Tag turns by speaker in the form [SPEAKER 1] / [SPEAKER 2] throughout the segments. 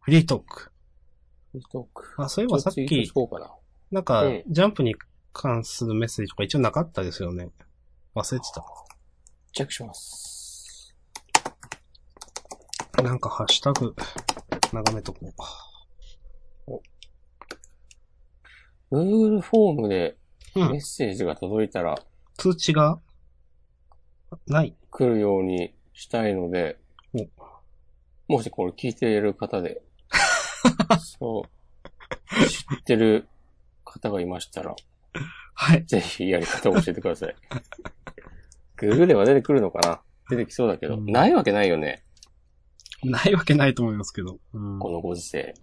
[SPEAKER 1] フリートーク。
[SPEAKER 2] フリートーク。
[SPEAKER 1] あ、そういえばさっ
[SPEAKER 2] ツイート
[SPEAKER 1] き
[SPEAKER 2] し、ようかな。
[SPEAKER 1] なんか
[SPEAKER 2] うん、
[SPEAKER 1] ジャンプに関するメッセージとか一応なかったですよね。忘れて
[SPEAKER 2] チェックします。
[SPEAKER 1] た。なんかハッシュタグ、眺めとこう。
[SPEAKER 2] Google フォームで
[SPEAKER 1] うん
[SPEAKER 2] メッセージが届いたら
[SPEAKER 1] 通知が、ない。
[SPEAKER 2] 来るようにしたいので、
[SPEAKER 1] お
[SPEAKER 2] もしこれ聞いている方 で、そう、知ってる方がいましたら、
[SPEAKER 1] はい。
[SPEAKER 2] ぜひやり方を教えてください。Google では出てくるのかな出てきそうだけど、
[SPEAKER 1] うん
[SPEAKER 2] ないわけないよね。
[SPEAKER 1] ないわけないと思いますけど。うん。
[SPEAKER 2] このご時世。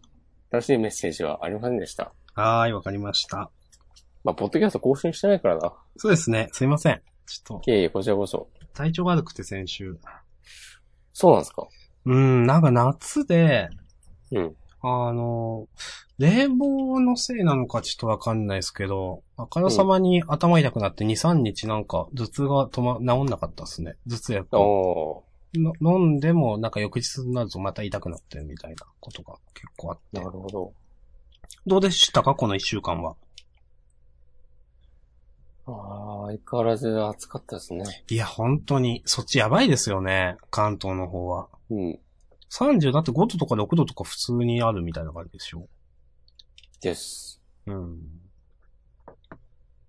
[SPEAKER 2] 新しいメッセージはありませんでした。
[SPEAKER 1] はーい、わかりました。
[SPEAKER 2] まあ、ポッドキャスト更新してないからな。
[SPEAKER 1] そうですね。すいません。ちょっと、
[SPEAKER 2] いえいえ、こちらこそ。
[SPEAKER 1] 体調悪くて先週。
[SPEAKER 2] そうなんですか
[SPEAKER 1] うん、なんか夏で、
[SPEAKER 2] うん。
[SPEAKER 1] あの、冷房のせいなのかちょっとわかんないですけど、あからさまに頭痛くなって2、3日なんか頭痛が止ま、治んなかったですね。頭痛薬を
[SPEAKER 2] お
[SPEAKER 1] の飲んでもなんか翌日になるとまた痛くなってるみたいなことが結構あっ
[SPEAKER 2] ー、な
[SPEAKER 1] て
[SPEAKER 2] る。ほど。
[SPEAKER 1] どうでしたかこの1週間は。
[SPEAKER 2] ああ、相変わらず暑かったですね。
[SPEAKER 1] いや、本当に、そっちやばいですよね。関東の方は。
[SPEAKER 2] うん。
[SPEAKER 1] 30だって5度とか6度とか普通にあるみたいな感じでしょ。
[SPEAKER 2] です。
[SPEAKER 1] うん。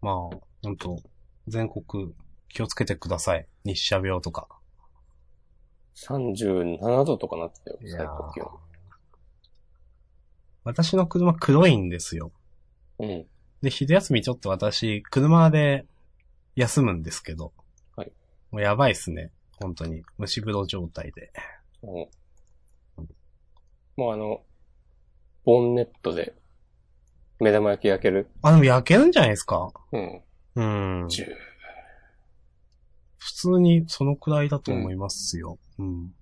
[SPEAKER 1] まあ、ほんと、全国気をつけてください。日射病とか。
[SPEAKER 2] 37度とかなってたよ、
[SPEAKER 1] いやー
[SPEAKER 2] 最高気温。
[SPEAKER 1] 私の車黒いんですよ。
[SPEAKER 2] うん。
[SPEAKER 1] で、昼休みちょっと私、車で休むんですけど。
[SPEAKER 2] はい。
[SPEAKER 1] もうやばいっすね。本当に。蒸し風呂状態で。
[SPEAKER 2] もう、もうあの、ボンネットで、目玉焼き焼ける。
[SPEAKER 1] あ、でも焼けるんじゃないですか
[SPEAKER 2] うん。
[SPEAKER 1] うん。
[SPEAKER 2] 十
[SPEAKER 1] 普通にそのくらいだと思いますよ。うん。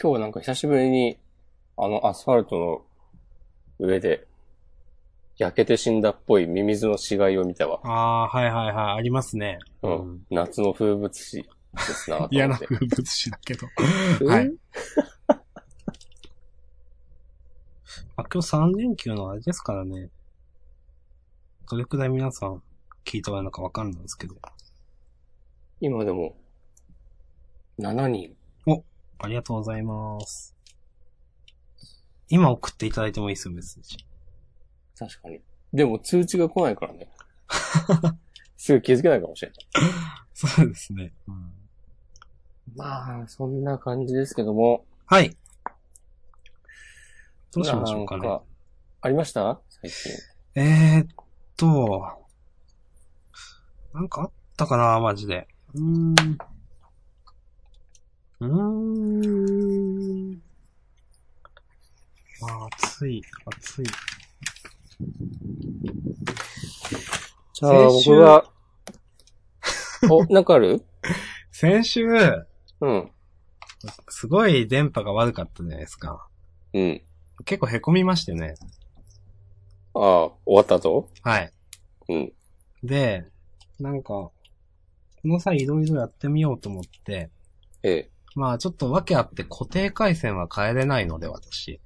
[SPEAKER 2] 今日なんか久しぶりに、あのアスファルトの上で、焼けて死んだっぽいミミズの死骸を見たわ。
[SPEAKER 1] ああー、はいはいはい、ありますね。
[SPEAKER 2] うん。。夏の風物詩ですなと思って。
[SPEAKER 1] 嫌な風物詩だけど。
[SPEAKER 2] うん
[SPEAKER 1] はい。あ、今日3連休のあれですからね。どれくらい皆さん聞いておられるのかわかんないんですけど。
[SPEAKER 2] 今でも、7人。
[SPEAKER 1] ありがとうございます。今送っていただいてもいいですよ、メッセージ。
[SPEAKER 2] 確かに。でも通知が来ない からね。すぐ気づけないかもしれない。
[SPEAKER 1] そうですね。うん、
[SPEAKER 2] まあ、そんな感じですけども。
[SPEAKER 1] はい。どうしましょうかね。
[SPEAKER 2] なんありました最近。
[SPEAKER 1] えー、っと、なんかあったかな、マジで。うーん。うーん。まあ、暑い、暑い。
[SPEAKER 2] じゃあ、
[SPEAKER 1] 先週
[SPEAKER 2] 僕が、 お、なんかある
[SPEAKER 1] 先週、
[SPEAKER 2] うん。
[SPEAKER 1] すごい電波が悪かったじゃないですか。
[SPEAKER 2] うん。
[SPEAKER 1] 結構凹みましてね。
[SPEAKER 2] ああ、終わったぞ。
[SPEAKER 1] はい。
[SPEAKER 2] うん。
[SPEAKER 1] で、なんか、この際いろいろやってみようと思って、
[SPEAKER 2] ええ。
[SPEAKER 1] まあちょっと訳あって固定回線は変えれないので私。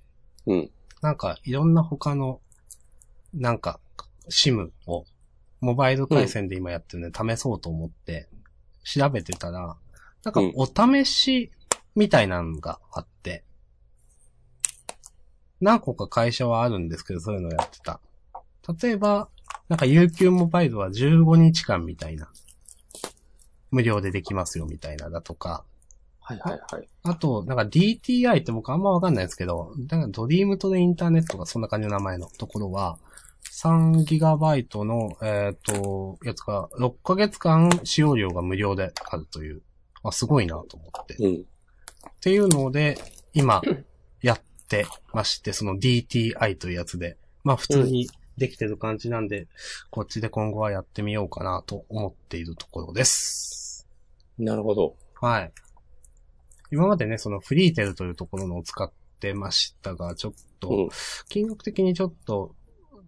[SPEAKER 2] うん。
[SPEAKER 1] なんかいろんな他の、なんか、シムを、モバイル回線で今やってるんで試そうと思って、調べてたら、なんか
[SPEAKER 2] うん
[SPEAKER 1] お試しみたいなのがあって、何個か会社はあるんですけど、そういうのやってた。例えば、なんか UQ モバイルは15日間みたいな、無料でできますよみたいなだとか、
[SPEAKER 2] はいはいはい。
[SPEAKER 1] あと、なんか DTI って僕あんまわかんないですけど、なんかドリームトレインターネットがそんな感じの名前のところは、3GB の、えっ、と、やつが6ヶ月間使用料が無料であるという、あ、すごいなと思って。っ
[SPEAKER 2] うん。
[SPEAKER 1] ていうので、今、やってまして、その DTI というやつで、まあ普通にできてる感じなんで、こっちで今後はやってみようかなと思っているところです。
[SPEAKER 2] なるほど。
[SPEAKER 1] はい。今までね、そのフリーテルというところのを使ってましたが、ちょっ
[SPEAKER 2] う
[SPEAKER 1] と
[SPEAKER 2] ん、。
[SPEAKER 1] 金額的にちょっと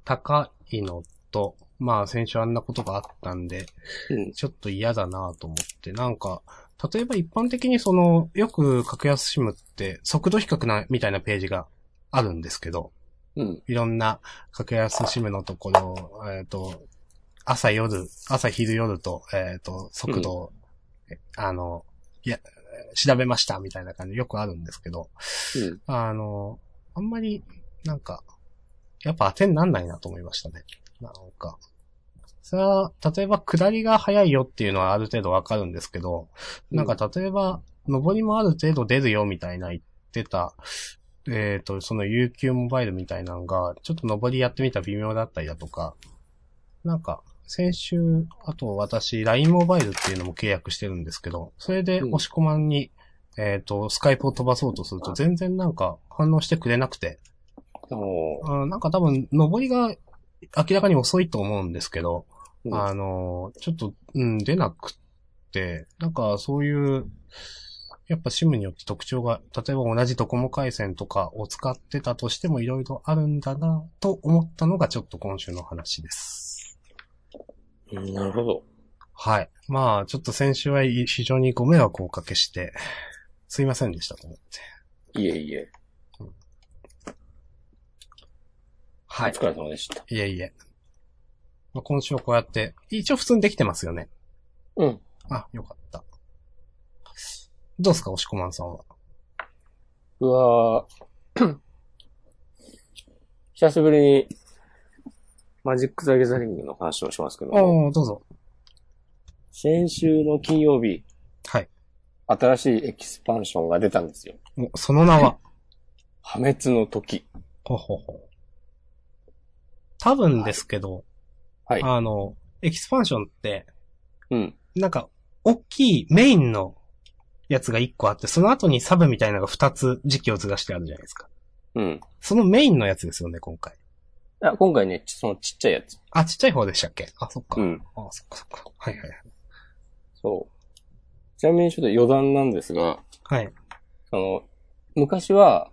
[SPEAKER 1] 高いのと、まあ先週あんなことがあったんで、
[SPEAKER 2] うん。
[SPEAKER 1] ちょっと嫌だなと思って、なんか、例えば一般的にその、よく格安シムって速度比較な、みたいなページがあるんですけど、
[SPEAKER 2] うん。
[SPEAKER 1] いろんな格安シムのところ、えっ、と、朝夜、朝昼夜と、えっ、と、速度を、えあの、いや、調べましたみたいな感じよくあるんですけど、
[SPEAKER 2] うん。
[SPEAKER 1] あの、あんまり、なんか、やっぱ当てになんないなと思いましたね。なんか。それは、例えば下りが早いよっていうのはある程度わかるんですけど、なんか例えば、上りもある程度出るよみたいな言ってた、えっ、と、その UQ モバイルみたいなのが、ちょっと上りやってみたら微妙だったりだとか、なんか、先週、あと私、LINE モバイルっていうのも契約してるんですけど、それで押し込まんに、えっ、と、スカイプを飛ばそうとすると全然なんか反応してくれなくて、
[SPEAKER 2] おー
[SPEAKER 1] うんなんか多分、上りが明らかに遅いと思うんですけど、
[SPEAKER 2] うん
[SPEAKER 1] あの、ちょっと、うん、出なくって、なんかそういう、やっぱシムによって特徴が、例えば同じドコモ回線とかを使ってたとしてもいろいろあるんだなと思ったのがちょっと今週の話です。
[SPEAKER 2] うんなるほど。
[SPEAKER 1] はい。まあ、ちょっと先週はい非常にご迷惑をおかけして、すいませんでしたと思って。
[SPEAKER 2] いえいえ。
[SPEAKER 1] はい
[SPEAKER 2] お。疲れ様でした。
[SPEAKER 1] いえいえ。まあ、今週はこうやって、一応普通にできてますよね。
[SPEAKER 2] うん。
[SPEAKER 1] あ、よかった。どうですか、押し込まんさんは。
[SPEAKER 2] うわー久しぶりに、マジック・ザ・ギャザリングの話をしますけども、
[SPEAKER 1] おー、どうぞ。
[SPEAKER 2] 先週の金曜日、
[SPEAKER 1] はい。
[SPEAKER 2] 新しいエキスパンションが出たんですよ。
[SPEAKER 1] おその名は。
[SPEAKER 2] 破滅の時。
[SPEAKER 1] ほうほうほう。多分ですけど、
[SPEAKER 2] はい
[SPEAKER 1] あの、エキスパンションって、
[SPEAKER 2] うん。
[SPEAKER 1] なんか、大きいメインのやつが1個あって、その後にサブみたいなのが2つ時期をずらしてあるじゃないですか。
[SPEAKER 2] うん。
[SPEAKER 1] そのメインのやつですよね、今回。
[SPEAKER 2] あ今回ね、ちそのちっちゃいやつ。
[SPEAKER 1] あ、ちっちゃい方でしたっけあ、そっか。
[SPEAKER 2] ん。
[SPEAKER 1] あ、そっかそっか。はいはい
[SPEAKER 2] そう。ちなみにちょっと余談なんですが、
[SPEAKER 1] はい。はい。
[SPEAKER 2] その、昔は、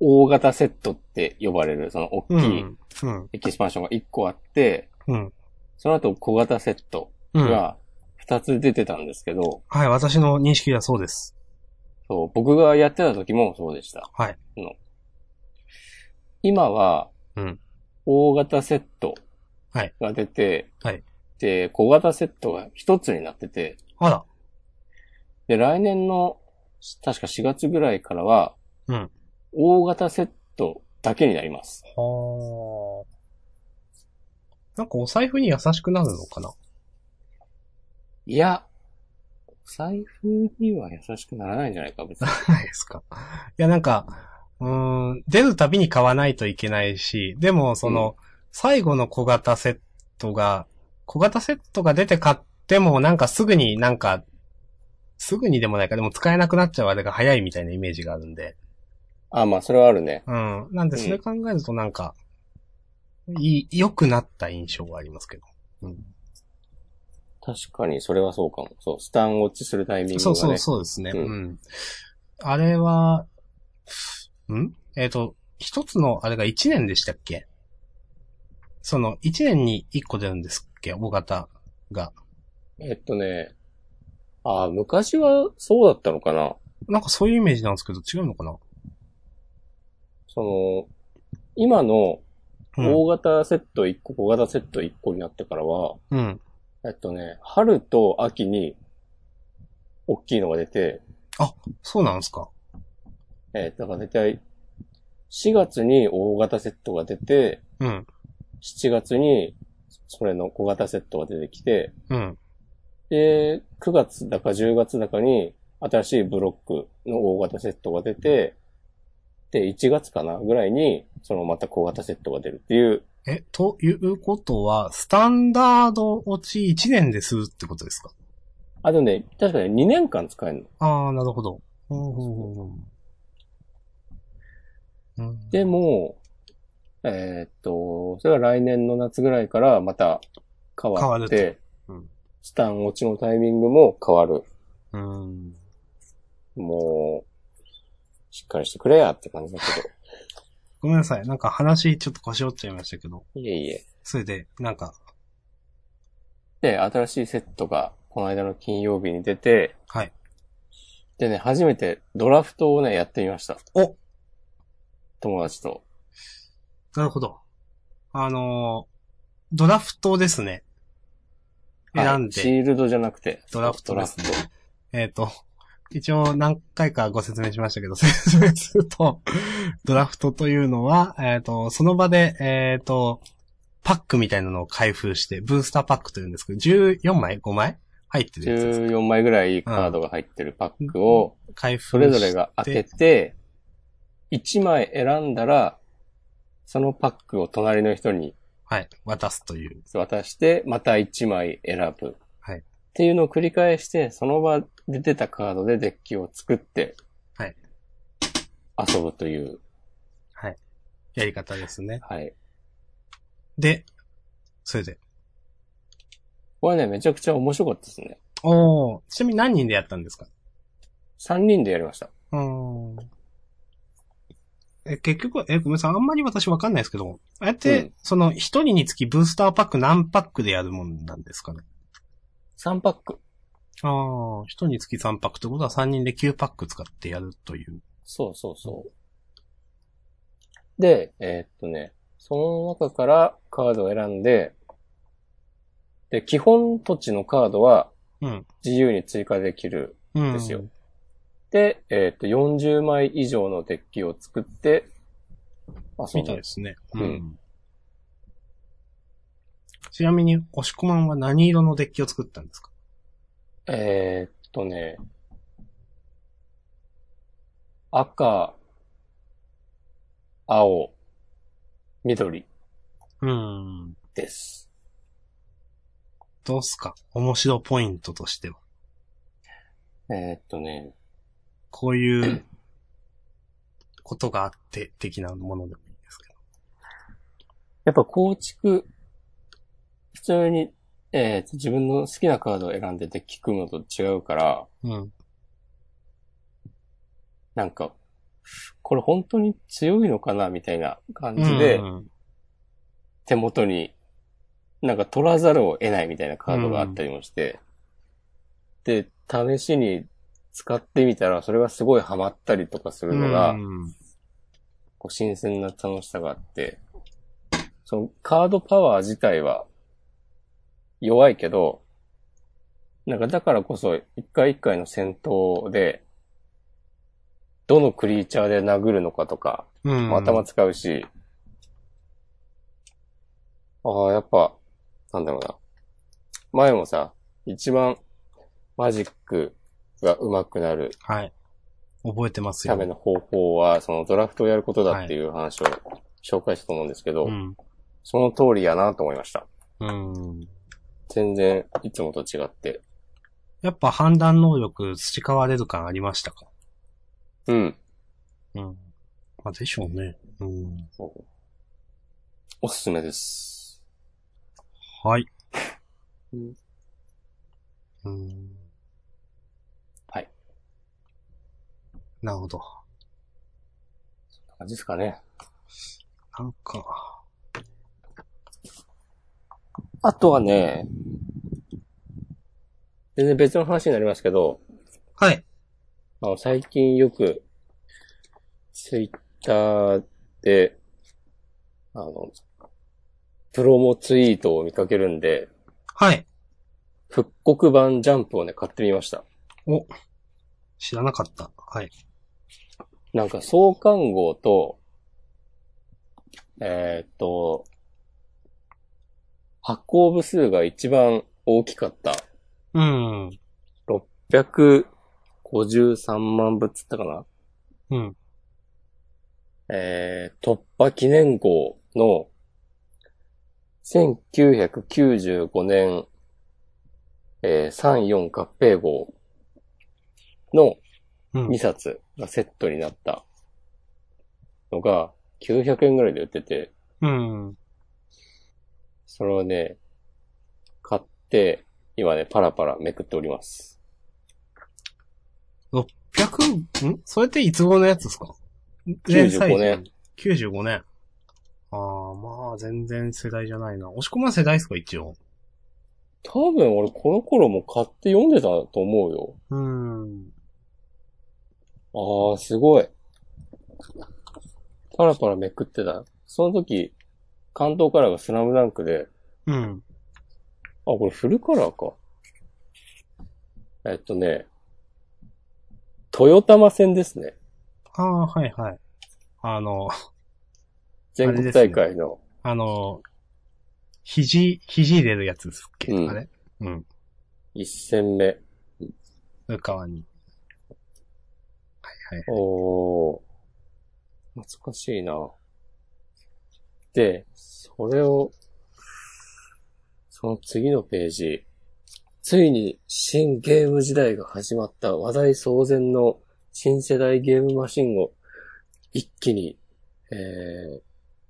[SPEAKER 2] 大型セットって呼ばれる、その大
[SPEAKER 1] う
[SPEAKER 2] きい
[SPEAKER 1] ん。うん。
[SPEAKER 2] エキスパンションが1個あって、
[SPEAKER 1] うん。
[SPEAKER 2] その後小型セット
[SPEAKER 1] うん。
[SPEAKER 2] が2つ出てたんですけど、
[SPEAKER 1] はい、私の認識ではそうです。
[SPEAKER 2] そう、僕がやってた時もそうでした。
[SPEAKER 1] はい。
[SPEAKER 2] の今は、
[SPEAKER 1] うん
[SPEAKER 2] 大型セット
[SPEAKER 1] はい
[SPEAKER 2] が出て、
[SPEAKER 1] はい
[SPEAKER 2] で、小型セットが一つになってて、
[SPEAKER 1] あら。
[SPEAKER 2] で、来年の、確か4月ぐらいからは、
[SPEAKER 1] うん
[SPEAKER 2] 大型セットだけになります。
[SPEAKER 1] はあ。なんかお財布に優しくなるのかない
[SPEAKER 2] や、財布には優しくならないんじゃないか、別に。
[SPEAKER 1] ないですか。いや、なんか、うーん、出るたびに買わないといけないし、でも、その、最後の小型セットが、小型セットが出て買っても、なんかすぐになんか、すぐにでもないか、でも使えなくなっちゃうあれが早いみたいなイメージがあるんで。
[SPEAKER 2] あ、まあ、それはあるね。
[SPEAKER 1] うん。なんで、それ考えるとなんか、いい、良くなった印象がありますけど。
[SPEAKER 2] 確かに、それはそうかも。そう、スタン落ちするタイミングがね。
[SPEAKER 1] そうそう、そうですね。う。
[SPEAKER 2] うんん
[SPEAKER 1] あれは、んえっ、と、一つの、あれが1年でしたっけその、1年に1個出るんですっけ大型が。
[SPEAKER 2] えっとね、あー昔はそうだったのかな
[SPEAKER 1] なんかそういうイメージなんですけど、違うのかな
[SPEAKER 2] その、今の
[SPEAKER 1] うん。
[SPEAKER 2] 大型セット1個、小型セット1個になってからは、
[SPEAKER 1] うん。
[SPEAKER 2] えっとね、春と秋に、大きいのが出て、
[SPEAKER 1] そうなんですか
[SPEAKER 2] えーだから大体、4月に大型セットが出て、
[SPEAKER 1] うん。
[SPEAKER 2] 7月に、それの小型セットが出てきて、
[SPEAKER 1] うん。
[SPEAKER 2] で、9月だか10月だかに、新しいブロックの大型セットが出て、で、1月かなぐらいに、そのまた小型セットが出るっていう、
[SPEAKER 1] え、ということは、スタンダード落ち1年でするってことですか
[SPEAKER 2] あとね、確かに2年間使えるの。
[SPEAKER 1] ああ、なるほど。うんうんうんうんうん。
[SPEAKER 2] でも、えーっと、それは来年の夏ぐらいからまた変わっ
[SPEAKER 1] 変わ
[SPEAKER 2] て、
[SPEAKER 1] うん
[SPEAKER 2] スタン落ちのタイミングも変わる。
[SPEAKER 1] うん。
[SPEAKER 2] もう、しっかりしてくれやって感じだけど。
[SPEAKER 1] ごめんなさい。なんか話ちょっと腰折っちゃいましたけど。
[SPEAKER 2] いえいえ。
[SPEAKER 1] それで、なんか、
[SPEAKER 2] で、新しいセットがこの間の金曜日に出て、
[SPEAKER 1] はい。
[SPEAKER 2] でね、初めてドラフトをね、やってみました。
[SPEAKER 1] お
[SPEAKER 2] 友達と。
[SPEAKER 1] なるほど。あのードラフトですね。
[SPEAKER 2] はい
[SPEAKER 1] 選ん
[SPEAKER 2] シ
[SPEAKER 1] で、
[SPEAKER 2] ールドじゃなくて、
[SPEAKER 1] ドラフト
[SPEAKER 2] ド
[SPEAKER 1] で
[SPEAKER 2] ラ
[SPEAKER 1] す
[SPEAKER 2] フ
[SPEAKER 1] ね
[SPEAKER 2] ト。。
[SPEAKER 1] えっ、と、一応何回かご説明しましたけど、 説明すると、ドラフトというのは、えっ、と、その場で、えっ、と、パックみたいなのを開封して、ブースターパックというんですけど、14枚 ?5 枚入ってるやつです。
[SPEAKER 2] 14枚ぐらいカードが入ってるパックを、
[SPEAKER 1] 開封
[SPEAKER 2] それぞれが開けて、1枚選んだら、そのパックを隣の人に
[SPEAKER 1] はい、渡すという。
[SPEAKER 2] 渡して、また1枚選ぶ。
[SPEAKER 1] はい
[SPEAKER 2] っていうのを繰り返して、その場で出たカードでデッキを作って、
[SPEAKER 1] はい
[SPEAKER 2] 遊ぶという、
[SPEAKER 1] やり方ですね。
[SPEAKER 2] はい。
[SPEAKER 1] で、それで。
[SPEAKER 2] これね、めちゃくちゃ面白かったですね。
[SPEAKER 1] おー、ちなみに何人でやったんですか
[SPEAKER 2] 3人でやりました。
[SPEAKER 1] うーん。え、結局、え、ごめんなさい。あんまり私わかんないですけど、あえて、
[SPEAKER 2] うん
[SPEAKER 1] その、一人につきブースターパック何パックでやるもんなんですかね。
[SPEAKER 2] 3パック。
[SPEAKER 1] ああ、一人につき3パックってことは3人で9パック使ってやるという。
[SPEAKER 2] そうそうそう。で、えーっとね、その中からカードを選んで、で、基本土地のカードは
[SPEAKER 1] うん。
[SPEAKER 2] 自由に追加できる
[SPEAKER 1] うん。
[SPEAKER 2] ですよ。で、えーっと、40枚以上のデッキを作って、遊
[SPEAKER 1] み
[SPEAKER 2] ん
[SPEAKER 1] たい
[SPEAKER 2] で
[SPEAKER 1] ですね。
[SPEAKER 2] うん
[SPEAKER 1] ちなみに、押し込まんは何色のデッキを作ったんですか
[SPEAKER 2] えーっとね、赤、青、緑
[SPEAKER 1] うん。
[SPEAKER 2] です。
[SPEAKER 1] どうっすか面白ポイントとしては。
[SPEAKER 2] えーっとね、
[SPEAKER 1] こういう、ことがあって、的なものでもいいですけど。
[SPEAKER 2] やっぱ構築、普通に、えーと自分の好きなカードを選んでデッキ組むのと違うから、
[SPEAKER 1] うん。
[SPEAKER 2] なんか、これ本当に強いのかなみたいな感じで、
[SPEAKER 1] うん
[SPEAKER 2] 手元に、なんか取らざるを得ないみたいなカードがあったりもして、で、試しに使ってみたら、それがすごいハマったりとかするのが、
[SPEAKER 1] うん
[SPEAKER 2] こう新鮮な楽しさがあって、そのカードパワー自体は弱いけど、なんかだからこそ一回一回の戦闘で、どのクリーチャーで殴るのかとか、
[SPEAKER 1] うん。
[SPEAKER 2] 頭使うし、ああ、やっぱ、なんだろうな。前もさ、一番マジックが上手くなる
[SPEAKER 1] はい。覚えてますよ。
[SPEAKER 2] ための方法は、そのドラフトをやることだっていう話を紹介したと思うんですけど、
[SPEAKER 1] うん。
[SPEAKER 2] その通りやなと思いました。
[SPEAKER 1] うん。
[SPEAKER 2] 全然いつもと違って。
[SPEAKER 1] やっぱ判断能力培われる感ありましたか
[SPEAKER 2] うん。
[SPEAKER 1] うん。まあ、でしょうね。うん。
[SPEAKER 2] おすすめです。
[SPEAKER 1] はい。
[SPEAKER 2] うん
[SPEAKER 1] うん。
[SPEAKER 2] はい。
[SPEAKER 1] なるほど。
[SPEAKER 2] 感じですかね。
[SPEAKER 1] なんか、
[SPEAKER 2] あとはね、全然別の話になりますけど、
[SPEAKER 1] はい。
[SPEAKER 2] あの最近よく、ツイッターで、あの、プロモツイートを見かけるんで、
[SPEAKER 1] はい。
[SPEAKER 2] 復刻版ジャンプをね、買ってみました。
[SPEAKER 1] 知らなかった。はい。
[SPEAKER 2] なんか創刊号と、えーっと、発行部数が一番大きかった。
[SPEAKER 1] うん。
[SPEAKER 2] 653万部っつったかな
[SPEAKER 1] うん。
[SPEAKER 2] えー、突破記念号の、1995年、えー、34合併号の
[SPEAKER 1] うん
[SPEAKER 2] 2。冊がセットになったのが、900円ぐらいで売ってて、
[SPEAKER 1] うん。
[SPEAKER 2] それをね、買って、今ね、パラパラめくっております。
[SPEAKER 1] 100、んそれっていつ頃のやつですか
[SPEAKER 2] 95年。。
[SPEAKER 1] 95年。ああ、まあ、全然世代じゃないな。押し込まん世代っすか、一応。
[SPEAKER 2] 多分俺この頃も買って読んでたと思うよ。
[SPEAKER 1] うーん。
[SPEAKER 2] ああ、すごい。パラパラめくってた。その時、関東カラーがスラムダンクで、
[SPEAKER 1] うん。
[SPEAKER 2] あ、これフルカラーか。えっとね、豊玉戦ですね。
[SPEAKER 1] ああ、はいはい。あの、
[SPEAKER 2] 全国大会の。
[SPEAKER 1] あの、肘、肘入れるやつですっけ、
[SPEAKER 2] うん
[SPEAKER 1] あれうん。
[SPEAKER 2] 一戦目。
[SPEAKER 1] ルカワに。
[SPEAKER 2] おー。懐かしいな。で、それを、その次のページ。ついに新ゲーム時代が始まった話題騒然の新世代ゲームマシンを一気に、え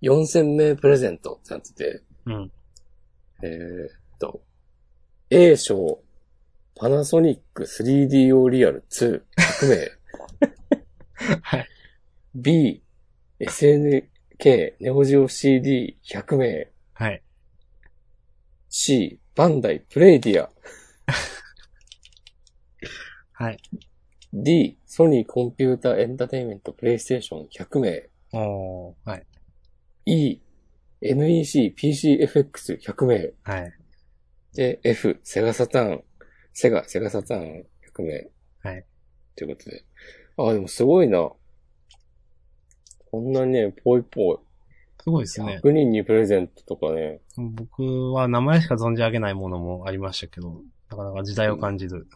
[SPEAKER 2] ー、4000名プレゼントってなってて、
[SPEAKER 1] うん。
[SPEAKER 2] えーっと、A 賞、パナソニック 3DO リアル2、100名。
[SPEAKER 1] はい。
[SPEAKER 2] B、SNK、ネオジオ CD100 名。
[SPEAKER 1] はい。
[SPEAKER 2] C、バンダイ、プレイディア。
[SPEAKER 1] はい。
[SPEAKER 2] D、ソニーコンピューターエンターテインメント、プレイステーション100名。
[SPEAKER 1] おー、はい。
[SPEAKER 2] E、NEC、PCFX100 名。
[SPEAKER 1] はい。
[SPEAKER 2] で、F、セガサターン、セガ、セガサターン100名。
[SPEAKER 1] はい。
[SPEAKER 2] ということで。あ、でもすごいな。こんなね、ぽいぽい。
[SPEAKER 1] すごいですね。
[SPEAKER 2] 100人にプレゼントとかね。
[SPEAKER 1] 僕は名前しか存じ上げないものもありましたけど、なかなか時代を感じる。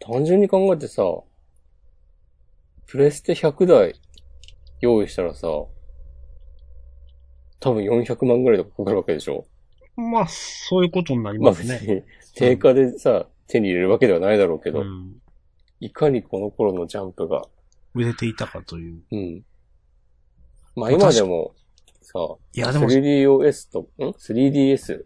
[SPEAKER 2] 単純に考えてさ、プレステ100台用意したらさ、多分400万ぐらいとかかかるわけでしょ
[SPEAKER 1] まあ、そういうことになり
[SPEAKER 2] まあ
[SPEAKER 1] ます
[SPEAKER 2] 別
[SPEAKER 1] ね。
[SPEAKER 2] に、定価でさ、手に入れるわけではないだろうけど、
[SPEAKER 1] うん。
[SPEAKER 2] いかにこの頃のジャンプが、
[SPEAKER 1] 売れていたかという。
[SPEAKER 2] うん。まあ今でも、さ、
[SPEAKER 1] いや、でも、
[SPEAKER 2] 3DOS と、ん ?3DS。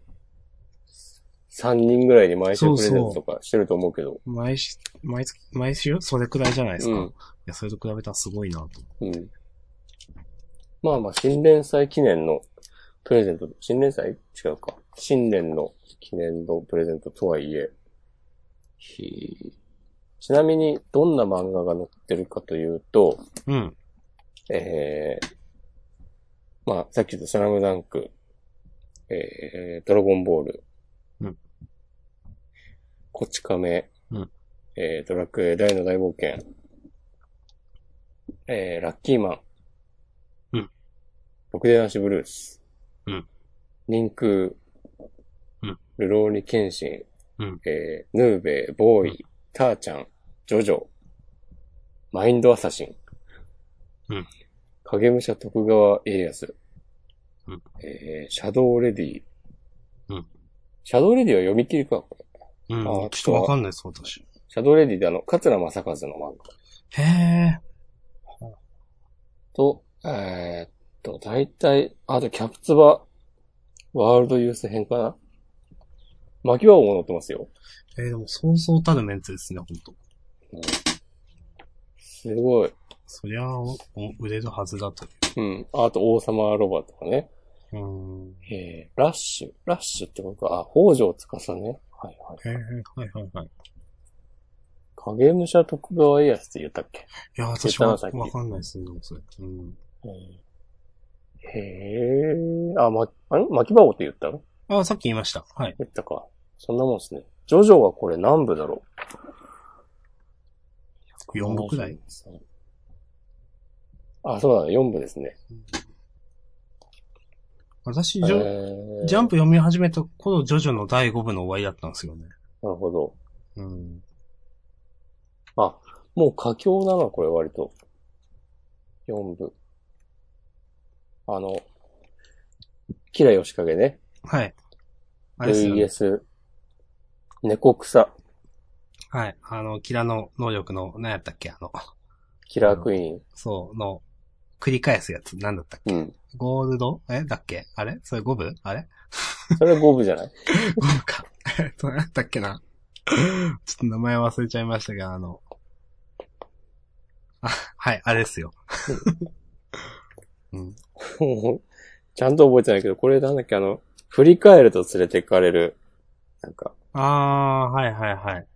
[SPEAKER 2] 3人ぐらいに毎週
[SPEAKER 1] そう
[SPEAKER 2] プ
[SPEAKER 1] そう
[SPEAKER 2] レゼントとかしてると思うけど。
[SPEAKER 1] 毎週、毎月、毎週それくらいじゃないですか。
[SPEAKER 2] うん
[SPEAKER 1] いや、それと比べたらすごいなと。
[SPEAKER 2] うん。まあまあ、新連載記念のプレゼント、新連載違うか。新年の記念のプレゼントとはいえ。ひーちなみに、どんな漫画が載ってるかというと、
[SPEAKER 1] うん。
[SPEAKER 2] えー、まあ、さっき言ったスラムダンク、えー、ドラゴンボール、
[SPEAKER 1] うん
[SPEAKER 2] こち亀、
[SPEAKER 1] うん
[SPEAKER 2] えー、ドラクエ大の大冒険、えー、ラッキーマン、
[SPEAKER 1] うん
[SPEAKER 2] 僕でなしブルース、
[SPEAKER 1] うん
[SPEAKER 2] 人空、
[SPEAKER 1] うん
[SPEAKER 2] ルローニケンシン、
[SPEAKER 1] うん
[SPEAKER 2] えー、ヌーベイ、ボーイ、
[SPEAKER 1] う
[SPEAKER 2] ターちゃん、ジョジョ、マインドアサシン、
[SPEAKER 1] うん
[SPEAKER 2] 影武者徳川家康、
[SPEAKER 1] うん
[SPEAKER 2] えー、シャドウレディ、
[SPEAKER 1] うん
[SPEAKER 2] シャドウレディは読み切りか、これ。
[SPEAKER 1] うん。ち
[SPEAKER 2] あ
[SPEAKER 1] ょっとわかんないです、私。
[SPEAKER 2] シャドウレディであの、桂正和の漫画
[SPEAKER 1] へえ。
[SPEAKER 2] と、えー、っと、大体、あとキャプツバ、ワールドユース編かな巻き輪も載ってますよ。
[SPEAKER 1] えー、でも、そうそうたるメンツですね、ほんと。
[SPEAKER 2] すごい。
[SPEAKER 1] そりゃあ、お売れるはずだとい
[SPEAKER 2] うん。あと、王様ロバとかね。
[SPEAKER 1] う。うん。
[SPEAKER 2] えー、ラッシュ。ラッシュってことか。あ、北条司ね。はいはい。
[SPEAKER 1] へえ、はいはいはい。い
[SPEAKER 2] 影武者徳川家康って言ったっけ
[SPEAKER 1] や、私は
[SPEAKER 2] 下の先
[SPEAKER 1] わかんないですね、でもそれ。うん。
[SPEAKER 2] へえ、あ、ま、あれ巻き箱って言ったの
[SPEAKER 1] あ、さっき言いました。はい。
[SPEAKER 2] 言ったか。そんなもんですね。ジョジョはこれ何部だろう
[SPEAKER 1] 4部くらい。
[SPEAKER 2] あ、そうだね、4部ですね。
[SPEAKER 1] 私、
[SPEAKER 2] え
[SPEAKER 1] ジョ、
[SPEAKER 2] ー
[SPEAKER 1] ジャンプ読み始めた頃、ジョジョの第5部の終わりだったんですよね。
[SPEAKER 2] なるほど。
[SPEAKER 1] うん。
[SPEAKER 2] もう佳境だな、これ割と。4部。あの、キラヨシカゲね。
[SPEAKER 1] はい。あれですよね。
[SPEAKER 2] VS、猫草、
[SPEAKER 1] はい。あの、キラの能力の、何やったっけあの、
[SPEAKER 2] キラークイーン。
[SPEAKER 1] そう、の、繰り返すやつ、なんだったっけ
[SPEAKER 2] うん。
[SPEAKER 1] ゴールドえだっけあれそれ5部あれ
[SPEAKER 2] それは5部じゃない
[SPEAKER 1] ?5 部か。 えっと、何やったっけなちょっと名前忘れちゃいましたが、あの、あ、はい、あれですよ。うん。
[SPEAKER 2] もうちゃんと覚えてないけど、これなんだっけ、あの、振り返ると連れて行かれる、なんか、
[SPEAKER 1] あー、はいはいはい。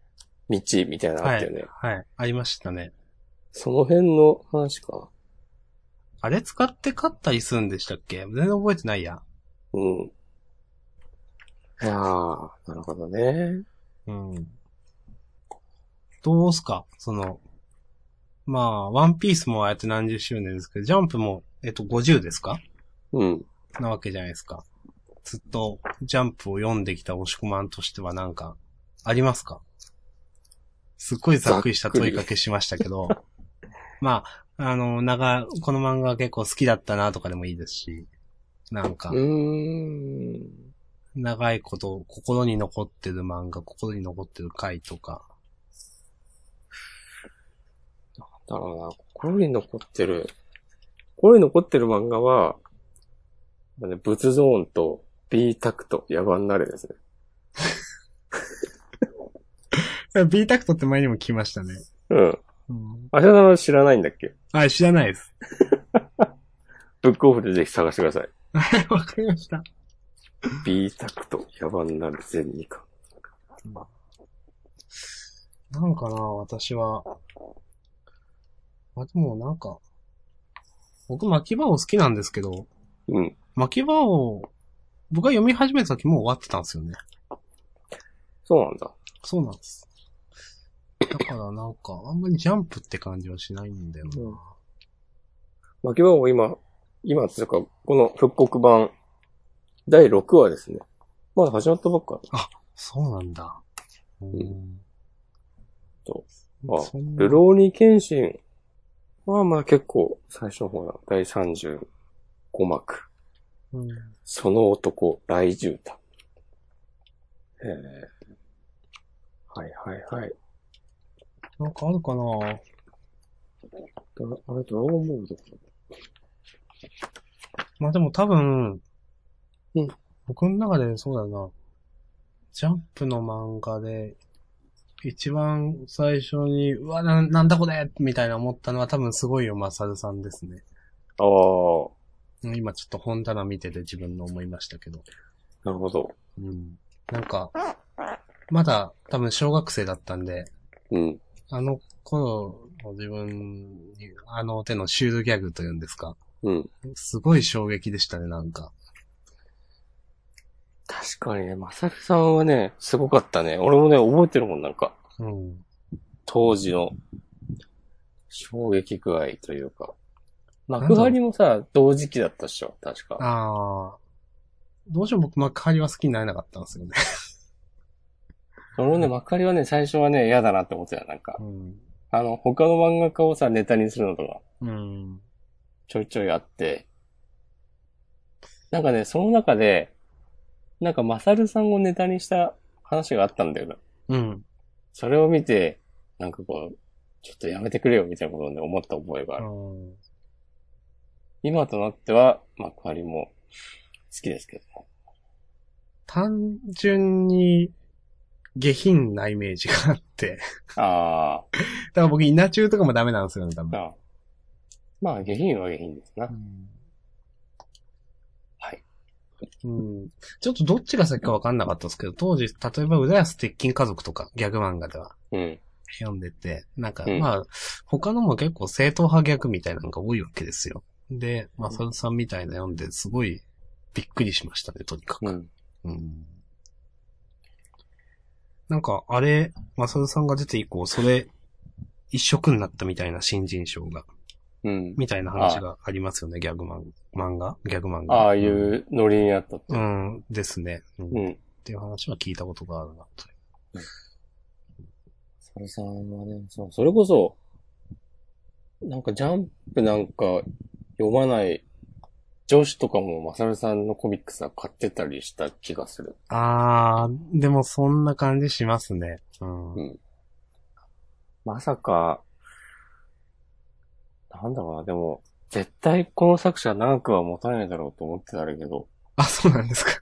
[SPEAKER 2] 道みたいなのあ
[SPEAKER 1] は
[SPEAKER 2] ったよ
[SPEAKER 1] い
[SPEAKER 2] ね。。
[SPEAKER 1] はい。ありましたね。
[SPEAKER 2] その辺の話かな。
[SPEAKER 1] あれ使って勝ったりするんでしたっけ全然覚えてないや。
[SPEAKER 2] うん。ああ、なるほどね。
[SPEAKER 1] うん。どうすかその、まあ、ワンピースもああやって何十周年ですけど、ジャンプも、えっと、50ですか
[SPEAKER 2] うん。
[SPEAKER 1] なわけじゃないですか。ずっと、ジャンプを読んできた押し込まんとしてはなんか、ありますかすっごいざっくりした問いかけしましたけど、まあ、あの、長、この漫画結構好きだったなとかでもいいですし、なんか
[SPEAKER 2] う、ーん。
[SPEAKER 1] 長いこと心に残ってる漫画、心に残ってる回とか、
[SPEAKER 2] だろうな、心に残ってる、心に残ってる漫画は、まあね、仏ゾーンと B タクト、野蛮なれですね。
[SPEAKER 1] B タクトって前にも聞きましたね。
[SPEAKER 2] うん。
[SPEAKER 1] うん、
[SPEAKER 2] あしゃさんは知らないんだっけ
[SPEAKER 1] あ、知らないです。
[SPEAKER 2] ブックオフでぜひ探してください。
[SPEAKER 1] わかりました。
[SPEAKER 2] B タクト、野蛮なれ全2巻。
[SPEAKER 1] なんかな、私は。まあ、でもなんか、僕、巻き場を好きなんですけど、
[SPEAKER 2] うん。
[SPEAKER 1] 巻き場を、僕が読み始めた時もう終わってたんですよね。
[SPEAKER 2] そうなんだ。
[SPEAKER 1] そうなんです。だからなんか、あんまりジャンプって感じはしないんだよな。
[SPEAKER 2] うん巻き場を今、今、つうか、この復刻版、第6話ですね。まだ始まったばっか。
[SPEAKER 1] そうなんだ。うん。
[SPEAKER 2] とまあ
[SPEAKER 1] そんな
[SPEAKER 2] ルローニケンシンはまあ結構最初の方だ。第35幕。
[SPEAKER 1] うん
[SPEAKER 2] その男、雷獣太。えー、はいはいはい。
[SPEAKER 1] なんかあるかな
[SPEAKER 2] だあれ、ドラゴンボールとか。
[SPEAKER 1] まあでも多分、
[SPEAKER 2] うん
[SPEAKER 1] 僕の中でそうだな。ジャンプの漫画で、一番最初に、うわ、ななんだこれみたいな思ったのは多分すごいよ、マサルさんですね。
[SPEAKER 2] ああ、
[SPEAKER 1] うん今ちょっと本棚見てて自分の思いましたけど。
[SPEAKER 2] なるほど。
[SPEAKER 1] うん。なんか、まだ多分小学生だったんで、
[SPEAKER 2] うん。
[SPEAKER 1] あの頃の自分に、あの手のシュールギャグというんですか。
[SPEAKER 2] うん。
[SPEAKER 1] すごい衝撃でしたね、なんか。
[SPEAKER 2] 確かにね、まさるさんはね、すごかったね。俺もね、覚えてるもん、なんか。
[SPEAKER 1] うん。
[SPEAKER 2] 当時の衝撃具合というか。
[SPEAKER 1] なん
[SPEAKER 2] 幕
[SPEAKER 1] だろう
[SPEAKER 2] 張もさ、同時期だったっしょ、確か。
[SPEAKER 1] ああ。どうしても僕、幕張は好きになれなかったんですよね。
[SPEAKER 2] 俺もね、幕張はね、最初はね、嫌だなって思ってたよ、なんか
[SPEAKER 1] う。ん。
[SPEAKER 2] あの、他の漫画家をさ、ネタにするのとか。
[SPEAKER 1] うん。
[SPEAKER 2] ちょいちょいあって、なんかね、その中で、なんかマサルさんをネタにした話があったんだよな。
[SPEAKER 1] うん。
[SPEAKER 2] それを見て、なんかこう、ちょっとやめてくれよみたいなことをね、思った覚えがある。今となっては、幕張も好きですけどね。
[SPEAKER 1] 単純に、下品なイメージがあって。
[SPEAKER 2] あ
[SPEAKER 1] だから僕、稲中とかもダメなんですよね、多
[SPEAKER 2] ー
[SPEAKER 1] 分。
[SPEAKER 2] あ。まあ、下品は下品ですな
[SPEAKER 1] う。ん
[SPEAKER 2] はい。
[SPEAKER 1] うん。ちょっとどっちが先かわかんなかったですけど、当時、例えば、浦安鉄筋家族とか、ギャグ漫画では
[SPEAKER 2] うん。
[SPEAKER 1] 読んでて、なんか、
[SPEAKER 2] うん
[SPEAKER 1] まあ、他のも結構正統派ギャグみたいなのが多いわけですよ。で、まあ、サルさんみたいなの読んで、すごい、びっくりしましたね、とにかく。
[SPEAKER 2] うん。
[SPEAKER 1] うんなんか、あれ、マサルさんが出て以降、それ、一色になったみたいな新人賞が、
[SPEAKER 2] うん。
[SPEAKER 1] みたいな話がありますよね、ギャグマン、漫画ギャグ漫画。
[SPEAKER 2] ああい。うノリになったって。
[SPEAKER 1] うん、ですね、うん
[SPEAKER 2] う
[SPEAKER 1] っ
[SPEAKER 2] ん。
[SPEAKER 1] ていう話は聞いたことがあるな、という。
[SPEAKER 2] それさんはね、そう、それこそ、なんかジャンプなんか読まない女子とかもまさるさんのコミックスは買ってたりした気がする。
[SPEAKER 1] あー、でもそんな感じしますね。うん。
[SPEAKER 2] うんまさか、なんだろうな、でも、絶対この作者は長くは持たないだろうと思ってたけど、
[SPEAKER 1] あ、そうなんですか。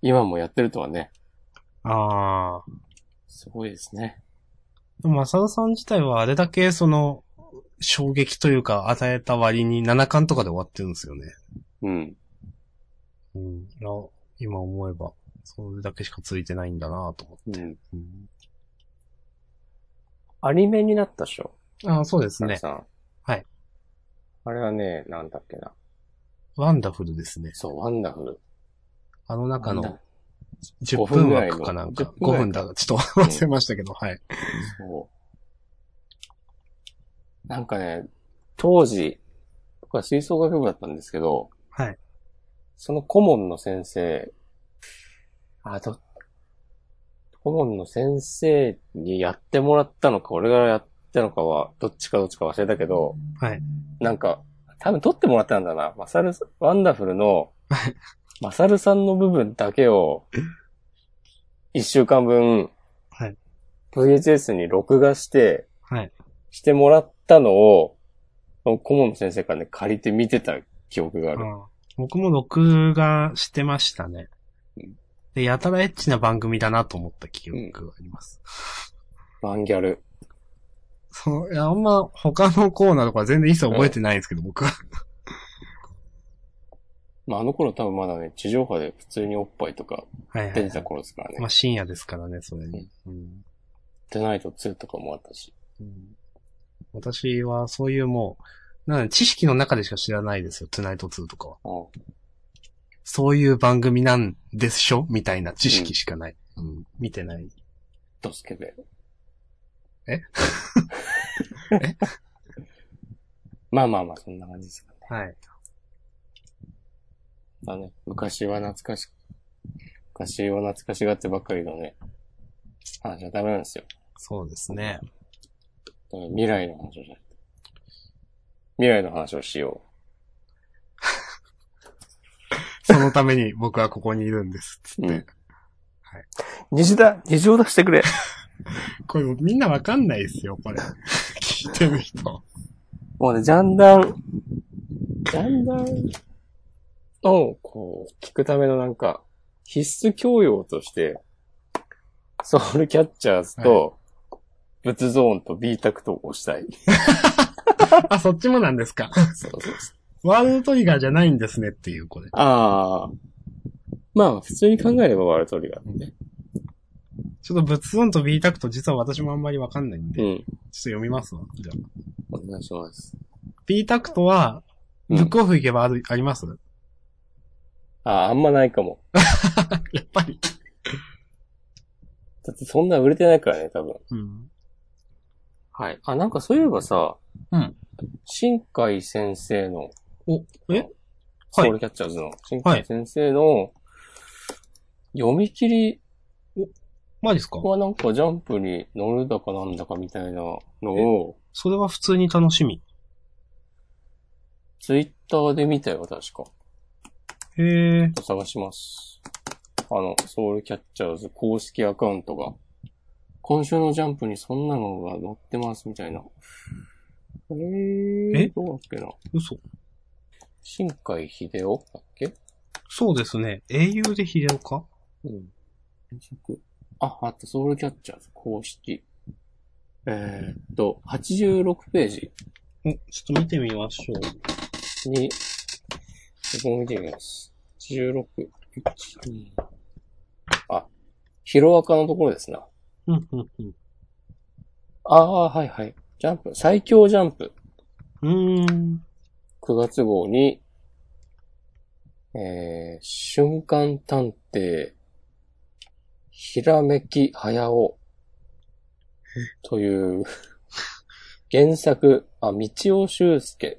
[SPEAKER 2] 今もやってるとはね、
[SPEAKER 1] あー。
[SPEAKER 2] すごいですね。
[SPEAKER 1] でも、浅田さん自体はあれだけその、衝撃というか与えた割に7巻とかで終わってるんですよね。
[SPEAKER 2] うん。
[SPEAKER 1] うん。いや、今思えば、それだけしかついてないんだなと思って。
[SPEAKER 2] うん。アニメになったでしょ
[SPEAKER 1] ああ、そうです
[SPEAKER 2] たく
[SPEAKER 1] ね。
[SPEAKER 2] さん。
[SPEAKER 1] はい。
[SPEAKER 2] あれはね、なんだっけな。
[SPEAKER 1] ワンダフルですね。
[SPEAKER 2] そう、ワンダフル。
[SPEAKER 1] あの中
[SPEAKER 2] ワン
[SPEAKER 1] の
[SPEAKER 2] ダ
[SPEAKER 1] 10
[SPEAKER 2] 5分
[SPEAKER 1] 分
[SPEAKER 2] ぐらいの
[SPEAKER 1] 枠かなんか、
[SPEAKER 2] 10
[SPEAKER 1] 5
[SPEAKER 2] 分
[SPEAKER 1] 分
[SPEAKER 2] ぐらい
[SPEAKER 1] だ、ちょっと忘れましたけど、はい。
[SPEAKER 2] そう。なんかね、当時、僕は吹奏楽部だったんですけど、
[SPEAKER 1] はい。
[SPEAKER 2] その顧問の先生、あ、と、顧問の先生にやってもらったのか、俺がやったのかは、どっちかどっちか忘れたけど、
[SPEAKER 1] はい。
[SPEAKER 2] なんか、多分撮ってもらったんだな。マサル、ワンダフルの、マサルさんの部分だけを、一週間分、
[SPEAKER 1] はい。
[SPEAKER 2] VHS に録画して、
[SPEAKER 1] はい。
[SPEAKER 2] してもらったのを、顧問の先生からね、借りて見てた記憶がある。
[SPEAKER 1] うん僕も録画してましたね
[SPEAKER 2] うん。
[SPEAKER 1] で、やたらエッチな番組だなと思った記憶があります。
[SPEAKER 2] ワンギャル。
[SPEAKER 1] そう、いや、あんま他のコーナーとか全然一切覚えてないんですけど、僕は。
[SPEAKER 2] まあ、あの頃多分まだね、地上波で普通におっぱいとか
[SPEAKER 1] はいは
[SPEAKER 2] 出て
[SPEAKER 1] い。
[SPEAKER 2] た頃ですからね。
[SPEAKER 1] まあ深夜ですからね、それに。うん
[SPEAKER 2] デナイト2とかもあったし。
[SPEAKER 1] 私はそういうもう、なんだ知識の中でしか知らないですよ、トゥナイト2とかは。
[SPEAKER 2] うん
[SPEAKER 1] そういう番組なんでしょみたいな知識しかない。うん、見てない。
[SPEAKER 2] ドスケベ。
[SPEAKER 1] え え
[SPEAKER 2] まあまあまあ、そんな感じですかね。
[SPEAKER 1] はい。
[SPEAKER 2] だね。昔は懐かし、昔は懐かしがってばっかりのね、話じゃダメなんですよ。
[SPEAKER 1] そうですね。
[SPEAKER 2] だから未来の話をしないと。未来の話をしよ
[SPEAKER 1] そのために僕はここにいるんです。つって。
[SPEAKER 2] うんう。虹だ虹を出してくれ
[SPEAKER 1] これみんなわかんないですよ、これ。 聞いてる人。
[SPEAKER 2] もうね、ジャンダン、ジャンダンをこう、聞くためのなんか、必須教養として、ソウルキャッチャーズと、仏ゾーンと B タクトを押したい。
[SPEAKER 1] あ、そっちもなんですか。
[SPEAKER 2] そうそうそう。
[SPEAKER 1] ワールドトリガーじゃないんですねっていう、これ。
[SPEAKER 2] ああ。まあ、普通に考えればワールドトリガーなんで。
[SPEAKER 1] ちょっと仏音と B タクト実は私もあんまりわかんないんで、
[SPEAKER 2] う
[SPEAKER 1] ちょっ
[SPEAKER 2] ん。
[SPEAKER 1] と読みますわ。じゃあ。
[SPEAKER 2] お願いします。
[SPEAKER 1] B タクトは、
[SPEAKER 2] う
[SPEAKER 1] ブ
[SPEAKER 2] ん
[SPEAKER 1] ックオフ行けばある、あります
[SPEAKER 2] ああ、あんまないか も。
[SPEAKER 1] やっぱり。
[SPEAKER 2] だってそんな売れてないからね、多分。
[SPEAKER 1] うん。
[SPEAKER 2] はい。あ、なんかそういえばさ、
[SPEAKER 1] うん。
[SPEAKER 2] 新海先生の、
[SPEAKER 1] お、え
[SPEAKER 2] ソ
[SPEAKER 1] はい
[SPEAKER 2] ウルキャッチャーズの、新海先生の、読み切り
[SPEAKER 1] マジですか
[SPEAKER 2] はなんかジャンプに乗るだかなんだかみたいなのを、
[SPEAKER 1] それは普通に楽しみ。
[SPEAKER 2] ツイッターで見たよ、確か。
[SPEAKER 1] へえ。
[SPEAKER 2] 探します。あの、ソウルキャッチャーズ公式アカウントが、今週のジャンプにそんなのが載ってますみたいな。えー、
[SPEAKER 1] え
[SPEAKER 2] どうだっけな。
[SPEAKER 1] 嘘。
[SPEAKER 2] 新海秀夫だっけ
[SPEAKER 1] そうですね。英雄で秀夫か
[SPEAKER 2] うん。あ、あった、ソウルキャッチャーズ公式。えーっと、86ページ
[SPEAKER 1] お、ちょっと見てみましょう。
[SPEAKER 2] に、ここ見てみます。86、1、2。あ、ヒロアカのところですな。
[SPEAKER 1] うん、うん、うん。
[SPEAKER 2] ああ、はいはい。ジャンプ、最強ジャンプ。
[SPEAKER 1] うーん。
[SPEAKER 2] 9月号に、えー、瞬間探偵、ひらめき早尾、という、原作、あ、道尾修介。